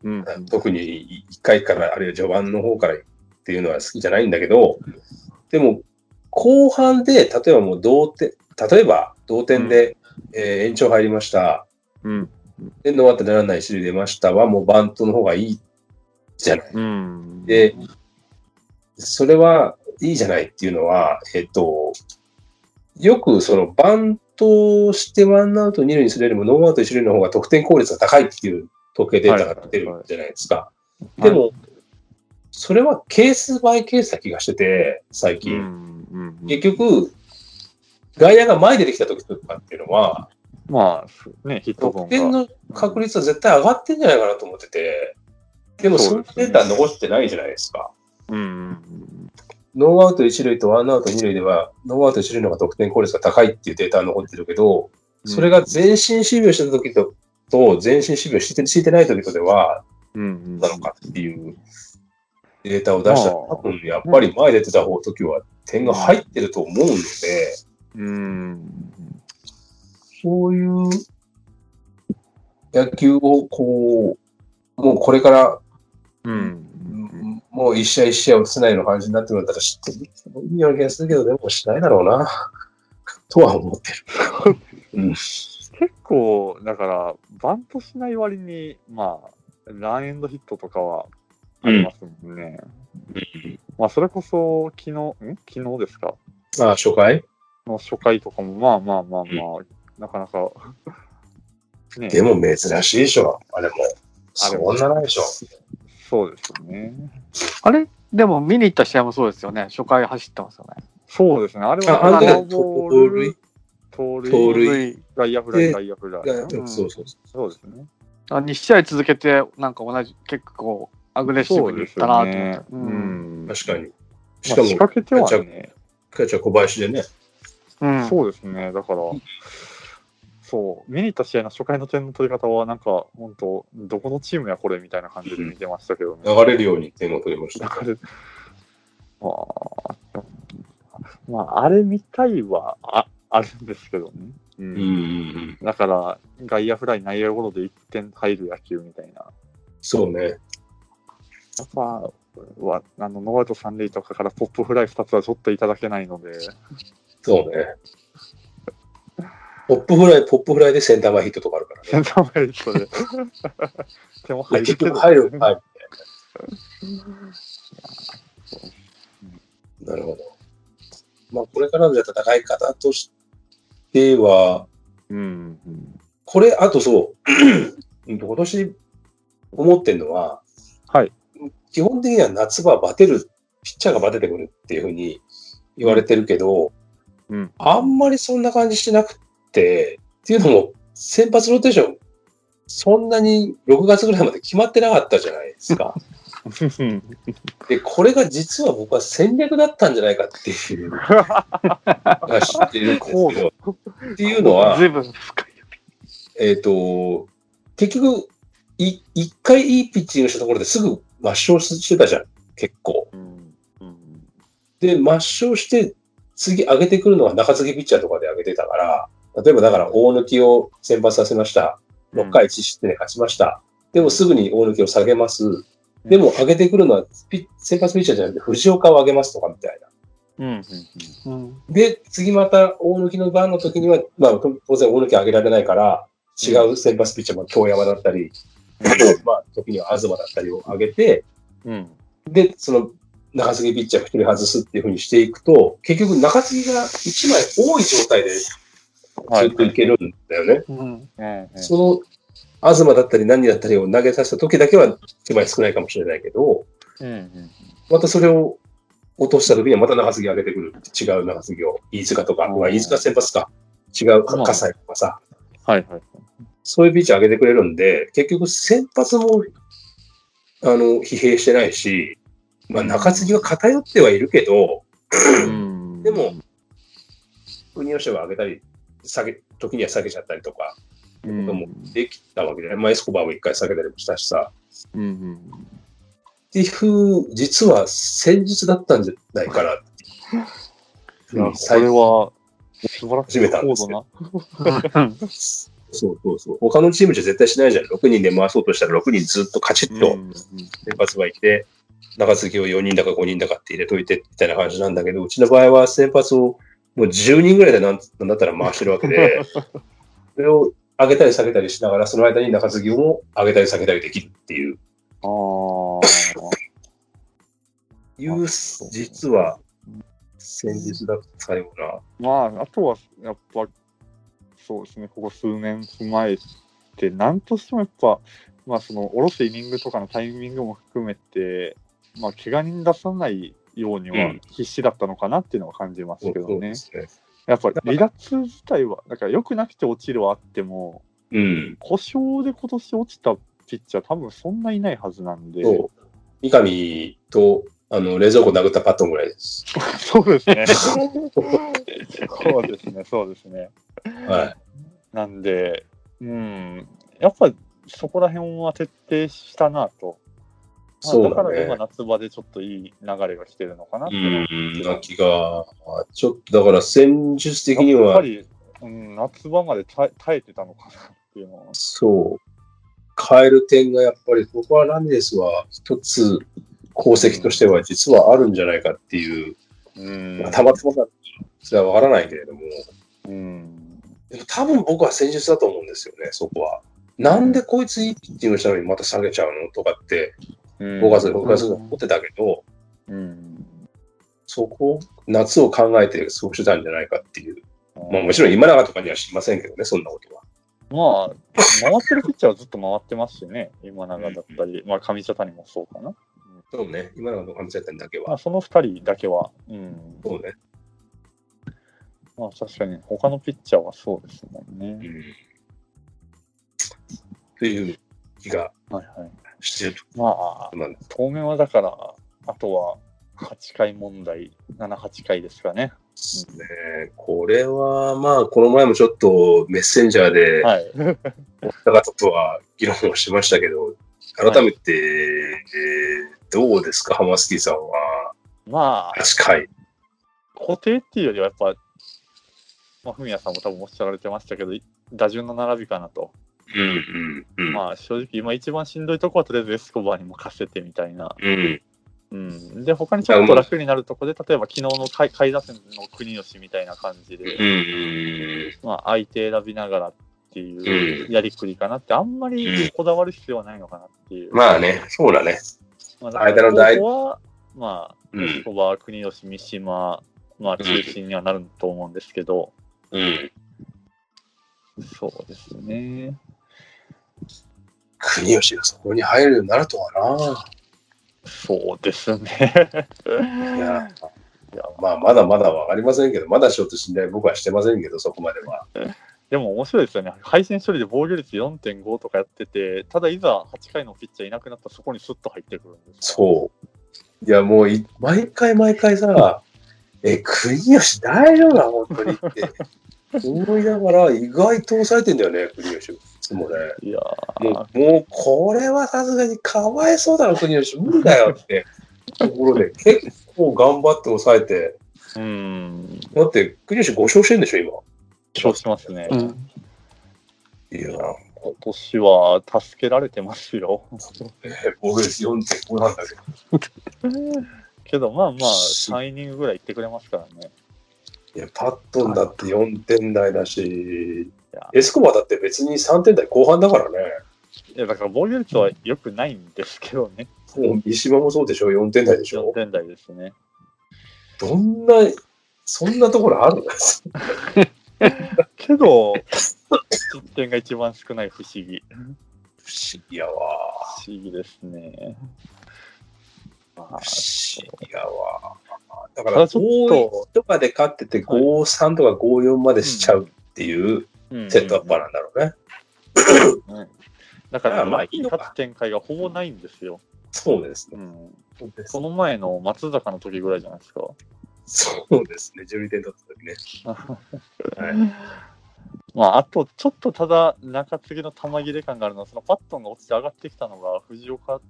S3: うん
S2: 特に1回から、あるいは序盤の方からっていうのは好きじゃないんだけど、でも、後半で、例えばもう同点、例えば同点で、えー延長入りました。
S3: うん。
S2: で、ノーアウトランナー一塁出ましたは、もうバントの方がいいじゃない。
S3: うん。
S2: で、それはいいじゃないっていうのは、えっと、よくそのバントをしてワンアウト二塁にするよりもノーアウト一塁の方が得点効率が高いっていう統計データが出てるじゃないですか。
S3: いはい
S2: でも、それはケースバイケースな気がしてて、最
S3: う
S2: 近。
S3: ん、うん。
S2: 結局、外野が前に出てきた時とかっていうのは、
S3: まあ、そうね、ヒットゾー
S2: 得
S3: ン
S2: 点
S3: が。
S2: の確率は絶対上がってんじゃないかなと思ってて、でもそのデータ残してないじゃないですか。
S3: うん。
S2: ノーアウト一塁とワンアウト二塁では、ノーアウト一塁の方が得点効率が高いっていうデータが残ってるけど、それ
S3: が、
S2: が全身守備をしてた時と、と全身守備をしてしてない時とでは、
S3: うん。
S2: なのかっていうデータを出したら、
S3: まあ
S2: 多分やっぱり前出てた方時は点が入ってると思うので、
S3: うん。
S2: そういう野球をこう、もうこれから
S3: うん。
S2: もう一試合一試合をつないの感じになってくるんだったら、知ってるいいような気がするけど、でもしないだろうな、とは思ってる。
S3: 結構、だから、バントしない割に、まあ、ランエンドヒットとかはありますもんね。まあ、それこそ、昨日、ん昨日ですか
S2: まあ、初回
S3: の初回とかも、まあまあまあまあ、なかなか、 ね
S2: でも珍しいでしょ、あれも。
S3: あれ
S2: そ
S3: も
S2: んなないでしょ。
S3: そうですよね。
S4: あれでも見に行った試合もそうですよね。初回走ってますよね。
S3: そうですね。あれ
S2: あ、
S3: は、
S2: あの
S4: の
S3: フ
S4: 時
S3: ォアボー
S2: 時、盗塁
S3: ル、盗塁、
S2: 盗塁
S3: 外野フライ、
S2: で
S3: 外野フライ。
S2: が、
S4: うん
S2: そうそうそ
S3: そうですね。
S4: あ2試合続けて、なんか同じ、結構アグレッシ
S3: そ
S4: ブ
S3: う
S4: にい
S3: で
S4: っ
S3: す
S4: たなと
S3: よ
S4: 思って
S3: ね。。
S4: う
S3: うん
S2: う。
S3: ん。まあ
S2: 確かに。し
S3: 仕
S2: かも、
S3: 掛けてはね、
S2: キャッチャー小林でね。
S4: うん
S3: そうですね。だから、そう、見に行った試合の初回の点の取り方は、なんか、本当どこのチームやこれみたいな感じで見てましたけどね。
S2: 流れるように点を取りました。
S3: 流れまあ、まあ、あれ見たいはああるんですけどね。う。
S2: うんうんん。
S3: だから、外野フライ、内野ゴロで1点入る野球みたいな。
S2: そうね。
S3: やっぱはあのノーアウト三塁とかからポップフライ2つはちょっといただけないので、
S2: そうね。ポップフライ、ポップフライでセンター前ヒットとかあるからね
S3: センター前にそれ、手も
S2: いや。
S3: 入る
S2: 結
S3: けど、
S2: 局入る。はい。なるほど。まあ、これからの戦い方としては、
S3: うん、
S2: これ、あとそう、うんと今年思ってるのは、
S3: はい。
S2: 基本的には夏場バテる、ピッチャーがバテてくるっていうふうに言われてるけど、
S3: うん
S2: あんまりそんな感じしなくて、っていうのも、先発ローテーション、そんなに6月ぐらいまで決まってなかったじゃないで すか。で、これが実は僕は戦略だったんじゃないかっていうが知ってるんで すけど、っていうのは、
S4: ずいぶん深い。
S2: えっ、と、結局、い一回いいピッチングしたところですぐ抹消してたじゃん、結構。
S3: うんうん
S2: で、抹消して、次上げてくるのは中継ぎピッチャーとかで上げてたから、例えばだから大抜きを先発させました。6回1失点で勝ちました。でもすぐに大抜きを下げます。でも上げてくるのはピ先発ピッチャーじゃなくて藤岡を上げますとかみたいな。
S3: うんうん
S4: うん。
S2: で、次また大抜きの番の時には、まあ当然大抜き上げられないから、違う先発ピッチャーも京山だったり、まあ、時には東だったりを上げて、
S3: うん
S2: で、その中継ぎピッチャーを一人外すっていうふうにしていくと、結局中継ぎが一枚多い状態でず
S3: はい。
S2: っといけるんだよね。
S4: うん。
S3: ええ
S2: その、東だったり何だったりを投げさせた時だけは一枚少ないかもしれないけど、
S3: ええ
S2: またそれを落とした時にはまた中継ぎ上げてくる。違う中継ぎを。飯塚とか、
S3: うん
S2: うわ飯塚先発か。違う、
S3: うん
S2: 葛西とかさ。
S3: はいはい。
S2: そういうピッチャー上げてくれるんで、結局先発も、あの、疲弊してないし、まあ中継ぎは偏ってはいるけど、
S3: うん
S2: でも、国吉は上げたり、下げ、時には下げちゃったりとか、
S3: うん
S2: こともできたわけじゃない。まあエスコバーも一回下げたりもしたしさ。
S3: うんうん
S2: っていうふう、実は戦術だったんじゃな いかな。
S3: いや、
S2: う
S3: こ
S2: ん
S3: れは、素晴らし
S2: 初め
S3: い
S2: てな
S3: 高
S2: んです
S3: 度
S2: け
S3: な
S2: ど。
S4: うん
S2: そうそうそう。他のチームじゃ絶対しないじゃん。6人で回そうとしたら6人ずっとカチッと
S3: うんうん
S2: 先発がいて、中継ぎを4人だか5人だかって入れといてみたいな感じなんだけど、うちの場合は先発をもう10人ぐらいでなんなんだったら回してるわ けで、それを上げたり下げたりしながら、その間に中継ぎも上げたり下げたりできるっていう、
S3: ああ。
S2: いう実は戦術だったような。
S3: まあ、あとは、やっぱ、そうですね、ここ数年踏まえて、なんとしてもやっぱ、まあ、その、下ろすイニングとかのタイミングも含めて、まあ、怪我人出さないように
S2: う
S3: は
S2: ん
S3: 必死だったのかなっていうのは感じますけどね。
S2: そうです
S3: やっぱ、離脱自体は、だから、良くなくて落ちるはあっても、
S2: ね。うん。
S3: 故障で今年落ちたピッチャー、多分そんないないはずなんで、
S2: そう。三上と、あの、冷蔵庫殴ったパットンぐらいです。
S3: そうです ね。そうですね、そうですね。
S2: はい。
S3: なんで、うん、やっぱそこら辺は徹底したなと。まあ
S2: そうだね
S3: だから今夏場でちょっといい流れが来てるのかなって
S2: うん、な気が、ちょっとだから戦術的に
S3: やっぱ
S2: は、
S3: り、うん、夏場まで耐え耐えてたのかなっていうのは。
S2: そう、変える点がやっぱり、ここはラミレスは一つ功績としては実はあるんじゃないかっていう、
S3: うん
S2: まあたまたまか、それはわからないけれども、
S3: うん、
S2: でも多分僕は戦術だと思うんですよね、そこは。なんでこいついいピッチングしたのにまた下げちゃうのとかって、5月で6月で思ってたけど、
S3: うん。
S2: そこ、夏を考えて過ごしてたんじゃないかっていう。まあもち
S3: ろん。
S2: ろん今永とかには知りませんけどね、そんなことは。
S3: まあ、回ってるピッチャーはずっと回ってますしね、今永だったり、まあ上茶谷もそうかな。
S2: そうね、今永と上茶谷だけ
S3: まあ
S2: は。
S3: その2人だけは、うん、
S2: そうね。
S3: まあ確かに他のピッチャーはそうですもん
S2: う
S3: ね。
S2: ん。という気が
S3: はいはい。
S2: してると
S3: まあ
S2: こ、ろなんです。
S3: 当面はだから、あとは8回問題、7、8回ですかね。
S2: ねえこれは、まあ、この前もちょっとメッセンジャーで、
S3: はい。
S2: 方々とは議論をしましたけど、改めて、えーどうですか、ハマスキーさんは。
S3: まあ、
S2: 8回。
S3: 固定っていうよりはやっぱ、まあ、文也さんも多分おっしゃられてましたけど、打順の並びかなと。
S2: うんうんうん。
S3: まあ正直、今一番しんどいとこはとりあえずエスコバーに任せてみたいな。
S2: うん。
S3: うん。で、他にちょっと楽になるとこで、例えば昨日の下下位打線の国吉みたいな感じで。
S2: うんうん。
S3: まあ、相手選びながらっていうやりくりかなって、あんまりこだわる必要はないのかなっていう。
S2: まあね、そうだね。
S3: まあ、
S2: 間の大
S3: ここは、まあ、
S2: うん
S3: 小川、国吉、三島、まあ、中心にはなると思うんですけど、
S2: うん。
S3: そうですね。
S2: 国吉がそこに入るようになるとは
S3: そうですね。
S2: な。
S3: い
S2: いや、
S3: や
S2: まあ、まだまだわかりませんけど、まだちょっと信頼僕はしてませんけど、そこまでは。
S3: でも面白いですよね。配線処理で防御率4.5とかやってて、ただいざ8回のピッチャーいなくなったらそこにスッと入ってくるんですよ。
S2: そう。いや、もうい、毎回毎回さ、え、国吉大丈夫な、本当にって。思いながら、意外と抑えてんだよね、国吉。いつもね。
S3: いや
S2: もう、もうこれはさすがにかわいそうだろ、国吉。無理だよって。ところで、結構頑張って抑えて。
S3: ーうん、
S2: だって、国吉5勝してんでしょ、
S3: そうしますね。
S4: うん。
S2: 今。いや、
S3: 今年は助けられてますよ。
S2: え防御率4.5なんだけど。
S3: けどまあまあ
S2: し
S3: 3イニングぐらい行ってくれますからね。
S2: いや、パットンだって4点台だし
S3: や、
S2: エスコバだって別に3点台後半だからね。
S3: いやだから防御率は良くないんですけどね。
S2: もう三島もそうでしょ ?4 点台でしょ
S3: 点台ですね。
S2: どんな、そんなところあるんです
S3: けど、失点が一番少ない不思議。
S2: 不思議やわ。
S3: 不思議ですね。まあ
S2: 不思議やわ。だか
S3: た
S2: ら、
S3: だちょ
S2: 5とかで勝ってて、5、3とか5、4までしちゃうっていうセットアップなんだろうね。
S3: だから、
S2: あま
S3: ま
S2: あ
S3: あ、
S2: い
S3: い
S2: い
S3: い
S2: のか
S3: 勝つ展開がほぼないんですよ。
S2: そうです
S3: う
S2: ね。
S3: ん、
S2: そうです
S3: その前の松坂の時ぐらいじゃないですか。
S2: そうですね。12点取った時 ね。はい
S3: まあ、あと、ちょっとただ、中継ぎの玉切れ感があるのは、そのパットンが落ちて上がってきたのが藤岡っ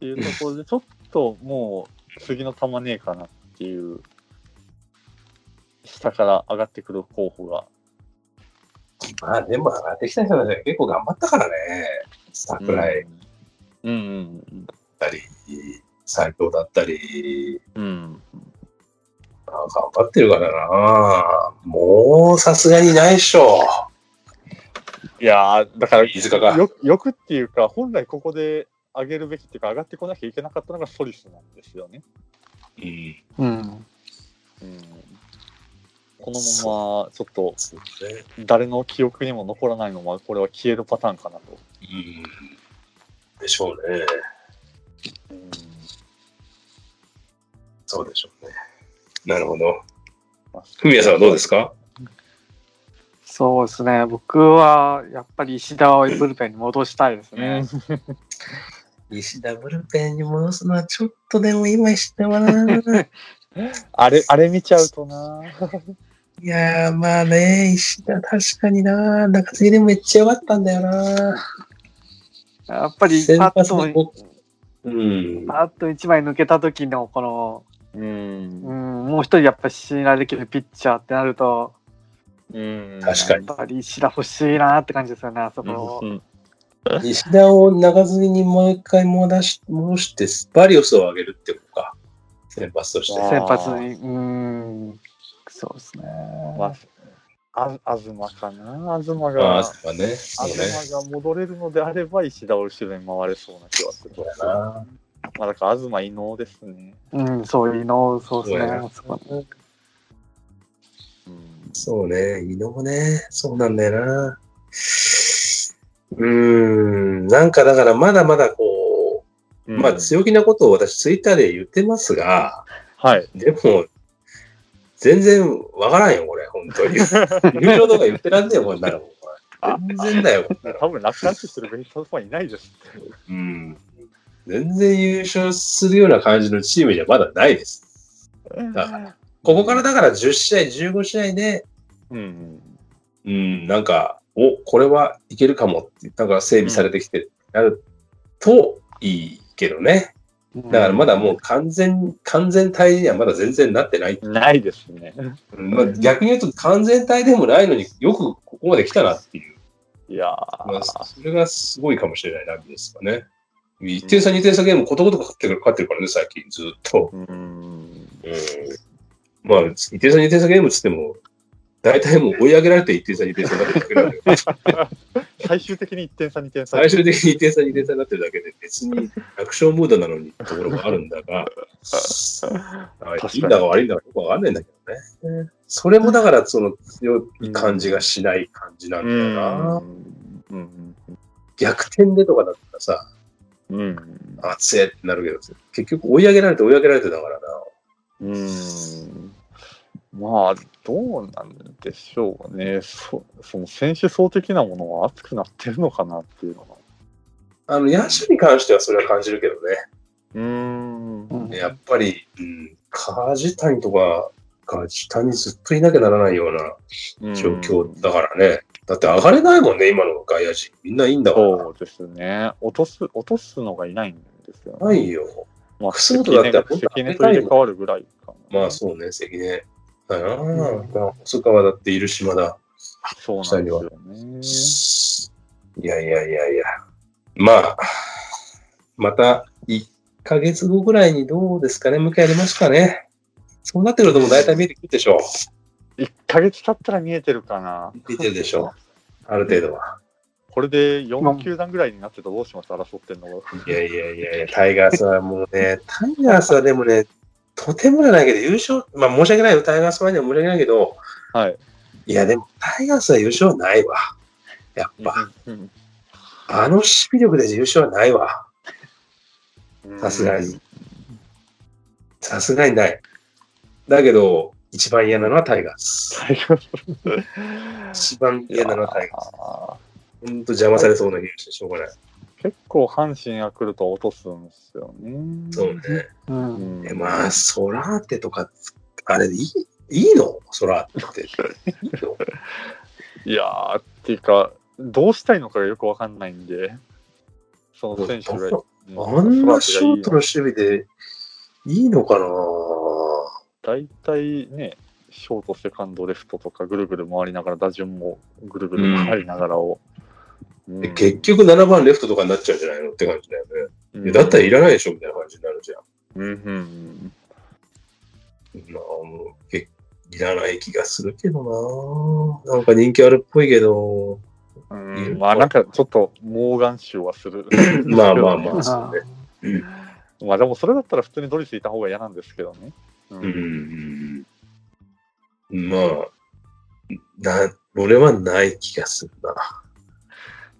S3: ていうところで、ちょっともう、次の玉ねえかなっていう、下から上がってくる候補が。
S2: まあ、でも、上がってきた人たちは結構頑張ったからね。桜井だっ
S3: うん。うん
S2: たり、斎藤だったり、
S3: うんうん。
S2: まあ頑張ってるからな。もう、さすがにないっしょ。
S3: いやー、だから、
S2: 飯塚が
S3: よよくっていうか、本来ここで上げるべきっていうか、上がってこなきゃいけなかったのがソリスなんですよね。
S2: うん。
S4: うん。
S3: うん、このまま、ちょっと、
S2: そうですね。
S3: 誰の記憶にも残らないまま、これは消えるパターンかなと。
S2: うん。でしょうね。
S3: うん
S2: そうでしょうね。なるほど。
S3: まあ
S2: ふみやさんはどうですか
S4: そうですね。僕は、やっぱり石田をブルペンに戻したいですね。
S2: 石田ブルペンに戻すのはちょっとでも今石田はな。 い
S3: あれ、あれ見ちゃうとな。
S2: やーまあね、石田確かにな。中継ぎでもめっちゃ良かったんだよな。
S4: やっぱり、
S2: 先
S4: パッ
S2: 発
S4: と
S2: のこうん。
S4: パッと1枚抜けた時のこの、
S3: うん
S4: う。ん、もう一人やっぱ信頼できるピッチャーってなると、
S3: うん
S2: 確か
S4: やっぱり石田欲しいなって感じですよね、あそこ。
S3: うん
S2: に。石田を中継ぎにもう一回戻し戻して、スパリオスを上げるってことか。先発として。
S3: あ
S4: 先発に、うん、そうですね。
S3: まあ、あ東かな。東
S2: まあ、
S3: が、
S2: そうだね。そうね。
S3: 東が戻れるのであれば、石田を後ろに回れそうな気はする
S2: そう。やな。
S3: まあ、だから東伊能ですね。
S4: うん、そう、伊能、そうですね。
S2: そうやな
S4: あそこ
S3: うん。
S2: そうね、伊野もね、そうなんだよな。うーん、なんかだからまだまだこう、まあ強気なことを私ツイッターで言ってますが、
S3: はい。
S2: でも、全然わからんよ、これ、本当に。友情とか言ってらんねえよ、こんなの。これ全然だよ、こんなの。
S3: 多分落選してるベイスターズファンいないです。
S2: うん。全然優勝するような感じのチームじゃまだないです。だからここからだから10試合、15試合で、
S3: うん。
S2: うん、なんか、お、これはいけるかもって、なんか整備されてきて、なるといいけどね。
S4: うん
S2: だからまだもう完全、完全体にはまだ全然なってない。
S3: ないですね。
S2: まあ、逆に言うと完全体でもないのによくここまで来たなっていう。
S3: いや
S2: まあ、
S3: ー。
S2: それがすごいかもしれないラビですかね。1点差、2点差ゲームことごとく勝ってる勝ってるからね、最近ずっと。
S3: うん。
S2: うん。まあ、1点差、2点差ゲームっつっても、大体もう追い上げられて1点差、2点差になってるだけなんで。
S3: 最終的に1点差、2点差。
S2: 最終的に1点差、2点差になってるだけで、別に楽勝ムードなのにってところもあるんだが、あいいんだか悪いんだかよくわかんないんだけどね。それもだから、その強い感じがしない感じなんだよな。
S3: うん。
S2: 逆転でとかだったらさ、
S3: うん。
S2: あ、つえってなるけど、結局追い上げられて追い上げられてだからな。
S3: うん。まあ、どうなんでしょうね。そその選手層的なものは熱くなってるのかなっていうのは。
S2: あの、野手に関してはそれは感じるけど
S3: うん。
S4: うん
S2: ね。やっぱり、うん、梶谷とか、梶谷ずっといなきゃならないような状況だからね。だって上がれないもんね、今の外野陣。みんないいんだから。
S3: そうですね。落とす、落とすのがいないんですよね。
S2: ないよ。
S3: まあ、
S2: 楠本だって本当は
S3: 関根と入れ替わるぐらいかな。
S2: まあそうね、関根。だな、
S4: うん
S2: 細川だっている島だ。
S3: そうなんです
S2: いやいやいやいや。まあ、また1ヶ月後ぐらいにどうですかね、向けやりますかね。そうなってくるともう大体見えてくるでしょ
S3: よね。1ヶ月経ったら見えてるかな。
S2: う。見てるでしょう。ある程度は。
S3: これで4球団ぐらいになってたらどうします争ってんのが。
S2: いやいやいやいや、タイガースはもうね、 タイガースはでもね、とてもじゃないけど、優勝、まあ申し訳ないよ、タイガースファンには申し訳ないけど、
S3: はい。
S2: いやでも、タイガースは優勝はないわ。やっぱ、
S3: うん
S2: あの守備力で優勝はないわ。さすが。に。さすがにない。だけど、一番嫌なのはタイガース。
S3: 最初
S2: 一番嫌なのはタイガース。
S3: あ
S2: ほんと邪魔されそうな気がしてしょうがない。
S3: ー結構阪神ヤクルトは落とすんですよね。
S2: そうね。
S3: う
S4: う。
S3: んん
S2: えまあ、ソラーテとか、あれでいいいいのソラーテって。いいの
S3: いやー、っていうか、どうしたいのかがよくわかんないんで、その選手が。
S2: あんなショートの守備でいいのかな
S3: 大体ね、ショート、セカンド、レフトとかぐるぐる回りながら、打順もぐるぐる回りながらを。うん
S2: 結局7番レフトとかになっちゃうんじゃないのって感じだよね。いやだったらいらないでしょみたいな感じになるじゃん。
S3: うんうん
S2: まあ、もうけいらない気がするけどななんか人気あるっぽいけど。
S3: うんうんまあなんかちょっと猛眼臭はする。
S2: まあまあま
S4: あ
S2: あ、そうね。
S3: まあでもそれだったら普通にドリスいた方が嫌なんですけどね。う
S2: う。ん。まあ、な、俺はない気がするな。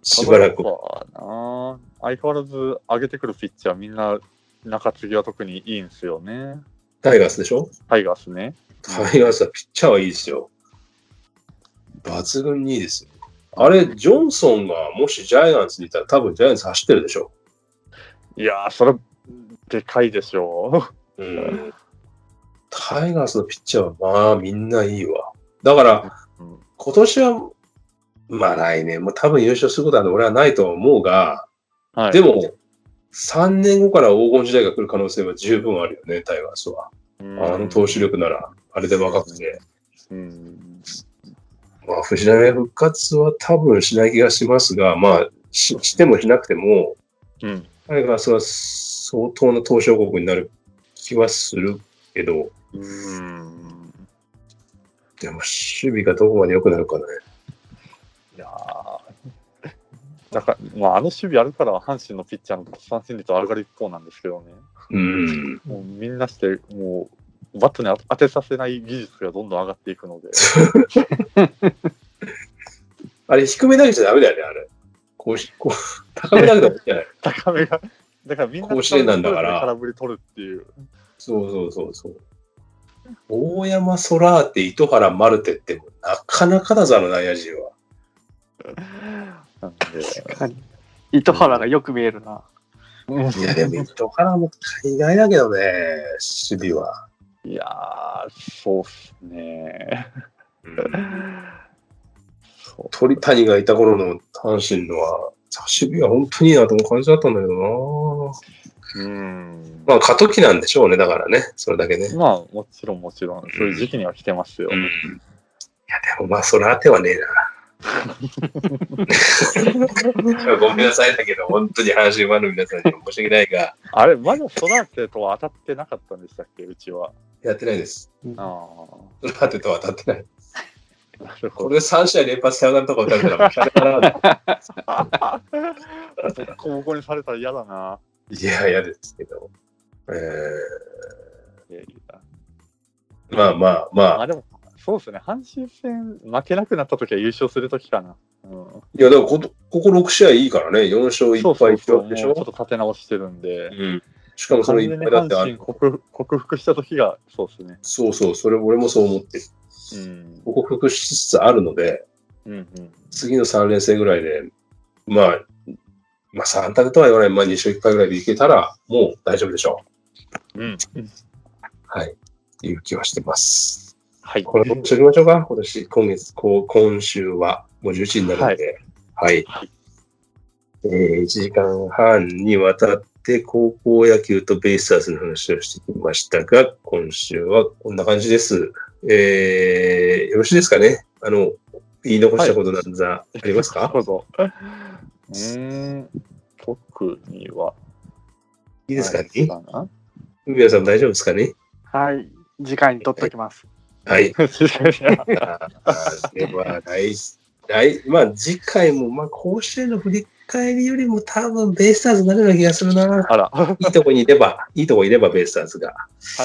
S2: しばらく
S3: ただ。やっぱな相変わらず上げてくるピッチャーみんな中継ぎは特にいいんですよね。
S2: タイガースでしょ
S3: タイガースね。
S2: タイガースはピッチャーはいいですよ。抜群にいいですよ。あれ、ジョンソンがもしジャイアンツにいたら多分ジャイアンツ走ってるでしょ。
S3: いやー、それ、でかいでしょ
S2: うん。タイガースのピッチャーはまあみんないいわ。だから
S3: う。うん
S2: 今年は、まあ来年も多分優勝することは俺はないと思うが、
S3: はい、
S2: で、も3年後から黄金時代が来る可能性は十分あるよね、タイガースは。あの投手力なら、あれで若くて。
S3: うん。
S2: まあ、藤浪復活は多分しない気がしますが、まあ、ししてもしなくても、
S3: うん。
S2: タイガースは相当な投賞国になる気はするけど、
S3: うん。
S2: でも守備がどこまで良くなるかね。
S3: いやーだから、まあ、あの守備あるから、阪神のピッチャーの奪三振率は上がる一方なんですけどね。
S2: うん。
S3: もうみんなして、もう、バットに当てさせない技術がどんどん上がっていくの で。
S2: あれ、低め投げちゃダメだよね、あれ。こうし、 こう、高め投げたらいいんじゃない
S3: 高めが、だからみんな
S2: 甲子園なんだから
S3: 空振り取るっていう。
S2: そうそうそうそう。大山、ソラーテ、糸原、マルテって、なかなかだぞ、あの内野陣は。
S3: なん
S4: 確かに。糸原がよく見えるな。
S3: で、
S2: いや、でも糸原も大概だけどね、守備は。
S3: いやー、そうっすね。そう
S2: 鳥谷がいた頃の阪神のは、守備は本当にいいなと思う感じだったんだけど
S3: うん
S2: なまあ、過渡期なんでしょうね、だからね、それだけね。
S3: まあ、もちろんもちろん、そういう時期には来てますよ。
S2: いや、でもまあ、それ当てはねえな。ごめんなさいだけど、本当に阪神ファンの皆さんには申し訳ないが、
S3: あれ、まだソラーテとは当たってなかったんでしたっけ、うちは。
S2: やってないです。
S3: あ
S2: それ当てとは当たってない。
S3: あ、なる
S2: こ
S3: ほど。
S2: れで3試合連発サヨナラとか打たれたら、もうしゃれならない。
S3: ボッコボコにされたら嫌だな。
S2: いや、嫌ですけど。え
S3: いやいや
S2: ー、まあまあまあ
S3: まあ、でも、そうですね、阪神戦負けなくなった時は優勝する時かな。うん、
S2: いや、だからことここ6試合いいからね、4勝
S3: そう
S2: 1
S3: そ
S2: 敗
S3: うそう、
S2: 1
S3: も
S2: 分
S3: う
S2: で
S3: ち
S2: し
S3: ょっ
S2: ょ
S3: と立て直してるんで、
S2: うんしかもそ
S3: 完
S2: の
S3: 全
S2: 1
S3: に
S2: 敗だっ
S3: 阪
S2: てあ
S3: 神克服克服した時が、そうですね。
S2: そうそう、それ俺もそう思ってる。
S3: うん、
S2: 克服しつつあるので、
S3: うん、
S2: 次の3連戦ぐらいで、まあ、まあ3立てとは言わない、まあ2勝1敗ぐらいでいけたら、もう大丈夫でしょ
S3: うん。うん、
S2: う。はい。っていう気はしてます。
S3: はい。
S2: これ、どうしときましょうか今年、今月、こう今週は、もう11時になるので、はい。えー、1時間半にわたって、高校野球とベイスターズの話をしてきましたが、今週はこんな感じです。えー、よろしいですかねあの、言い残したことなんざ、あります
S3: なる
S2: か
S3: ほど。うーん、特には。
S2: いいですかね
S3: ないな
S2: 皆さん大丈夫ですかね
S4: はい。 次回に取っときます。
S2: はい。
S3: 確かに
S2: あーでは、来来、まあ次回も、まあ甲子園の振り返りよりも多分ベイスターズになるような気がするな。
S3: あら。はい
S2: いとこにいれば、 いいとこにいればベイスターズが。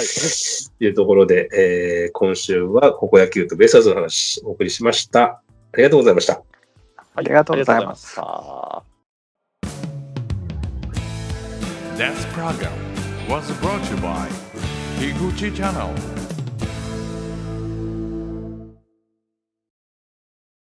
S3: い。。
S2: というところで、えー今週は高校野球とベイスターズの話をお送りしました。ありがとうございました。
S4: ありがとうございます
S3: さあ
S1: This program was brought to you by Higuchi Channel.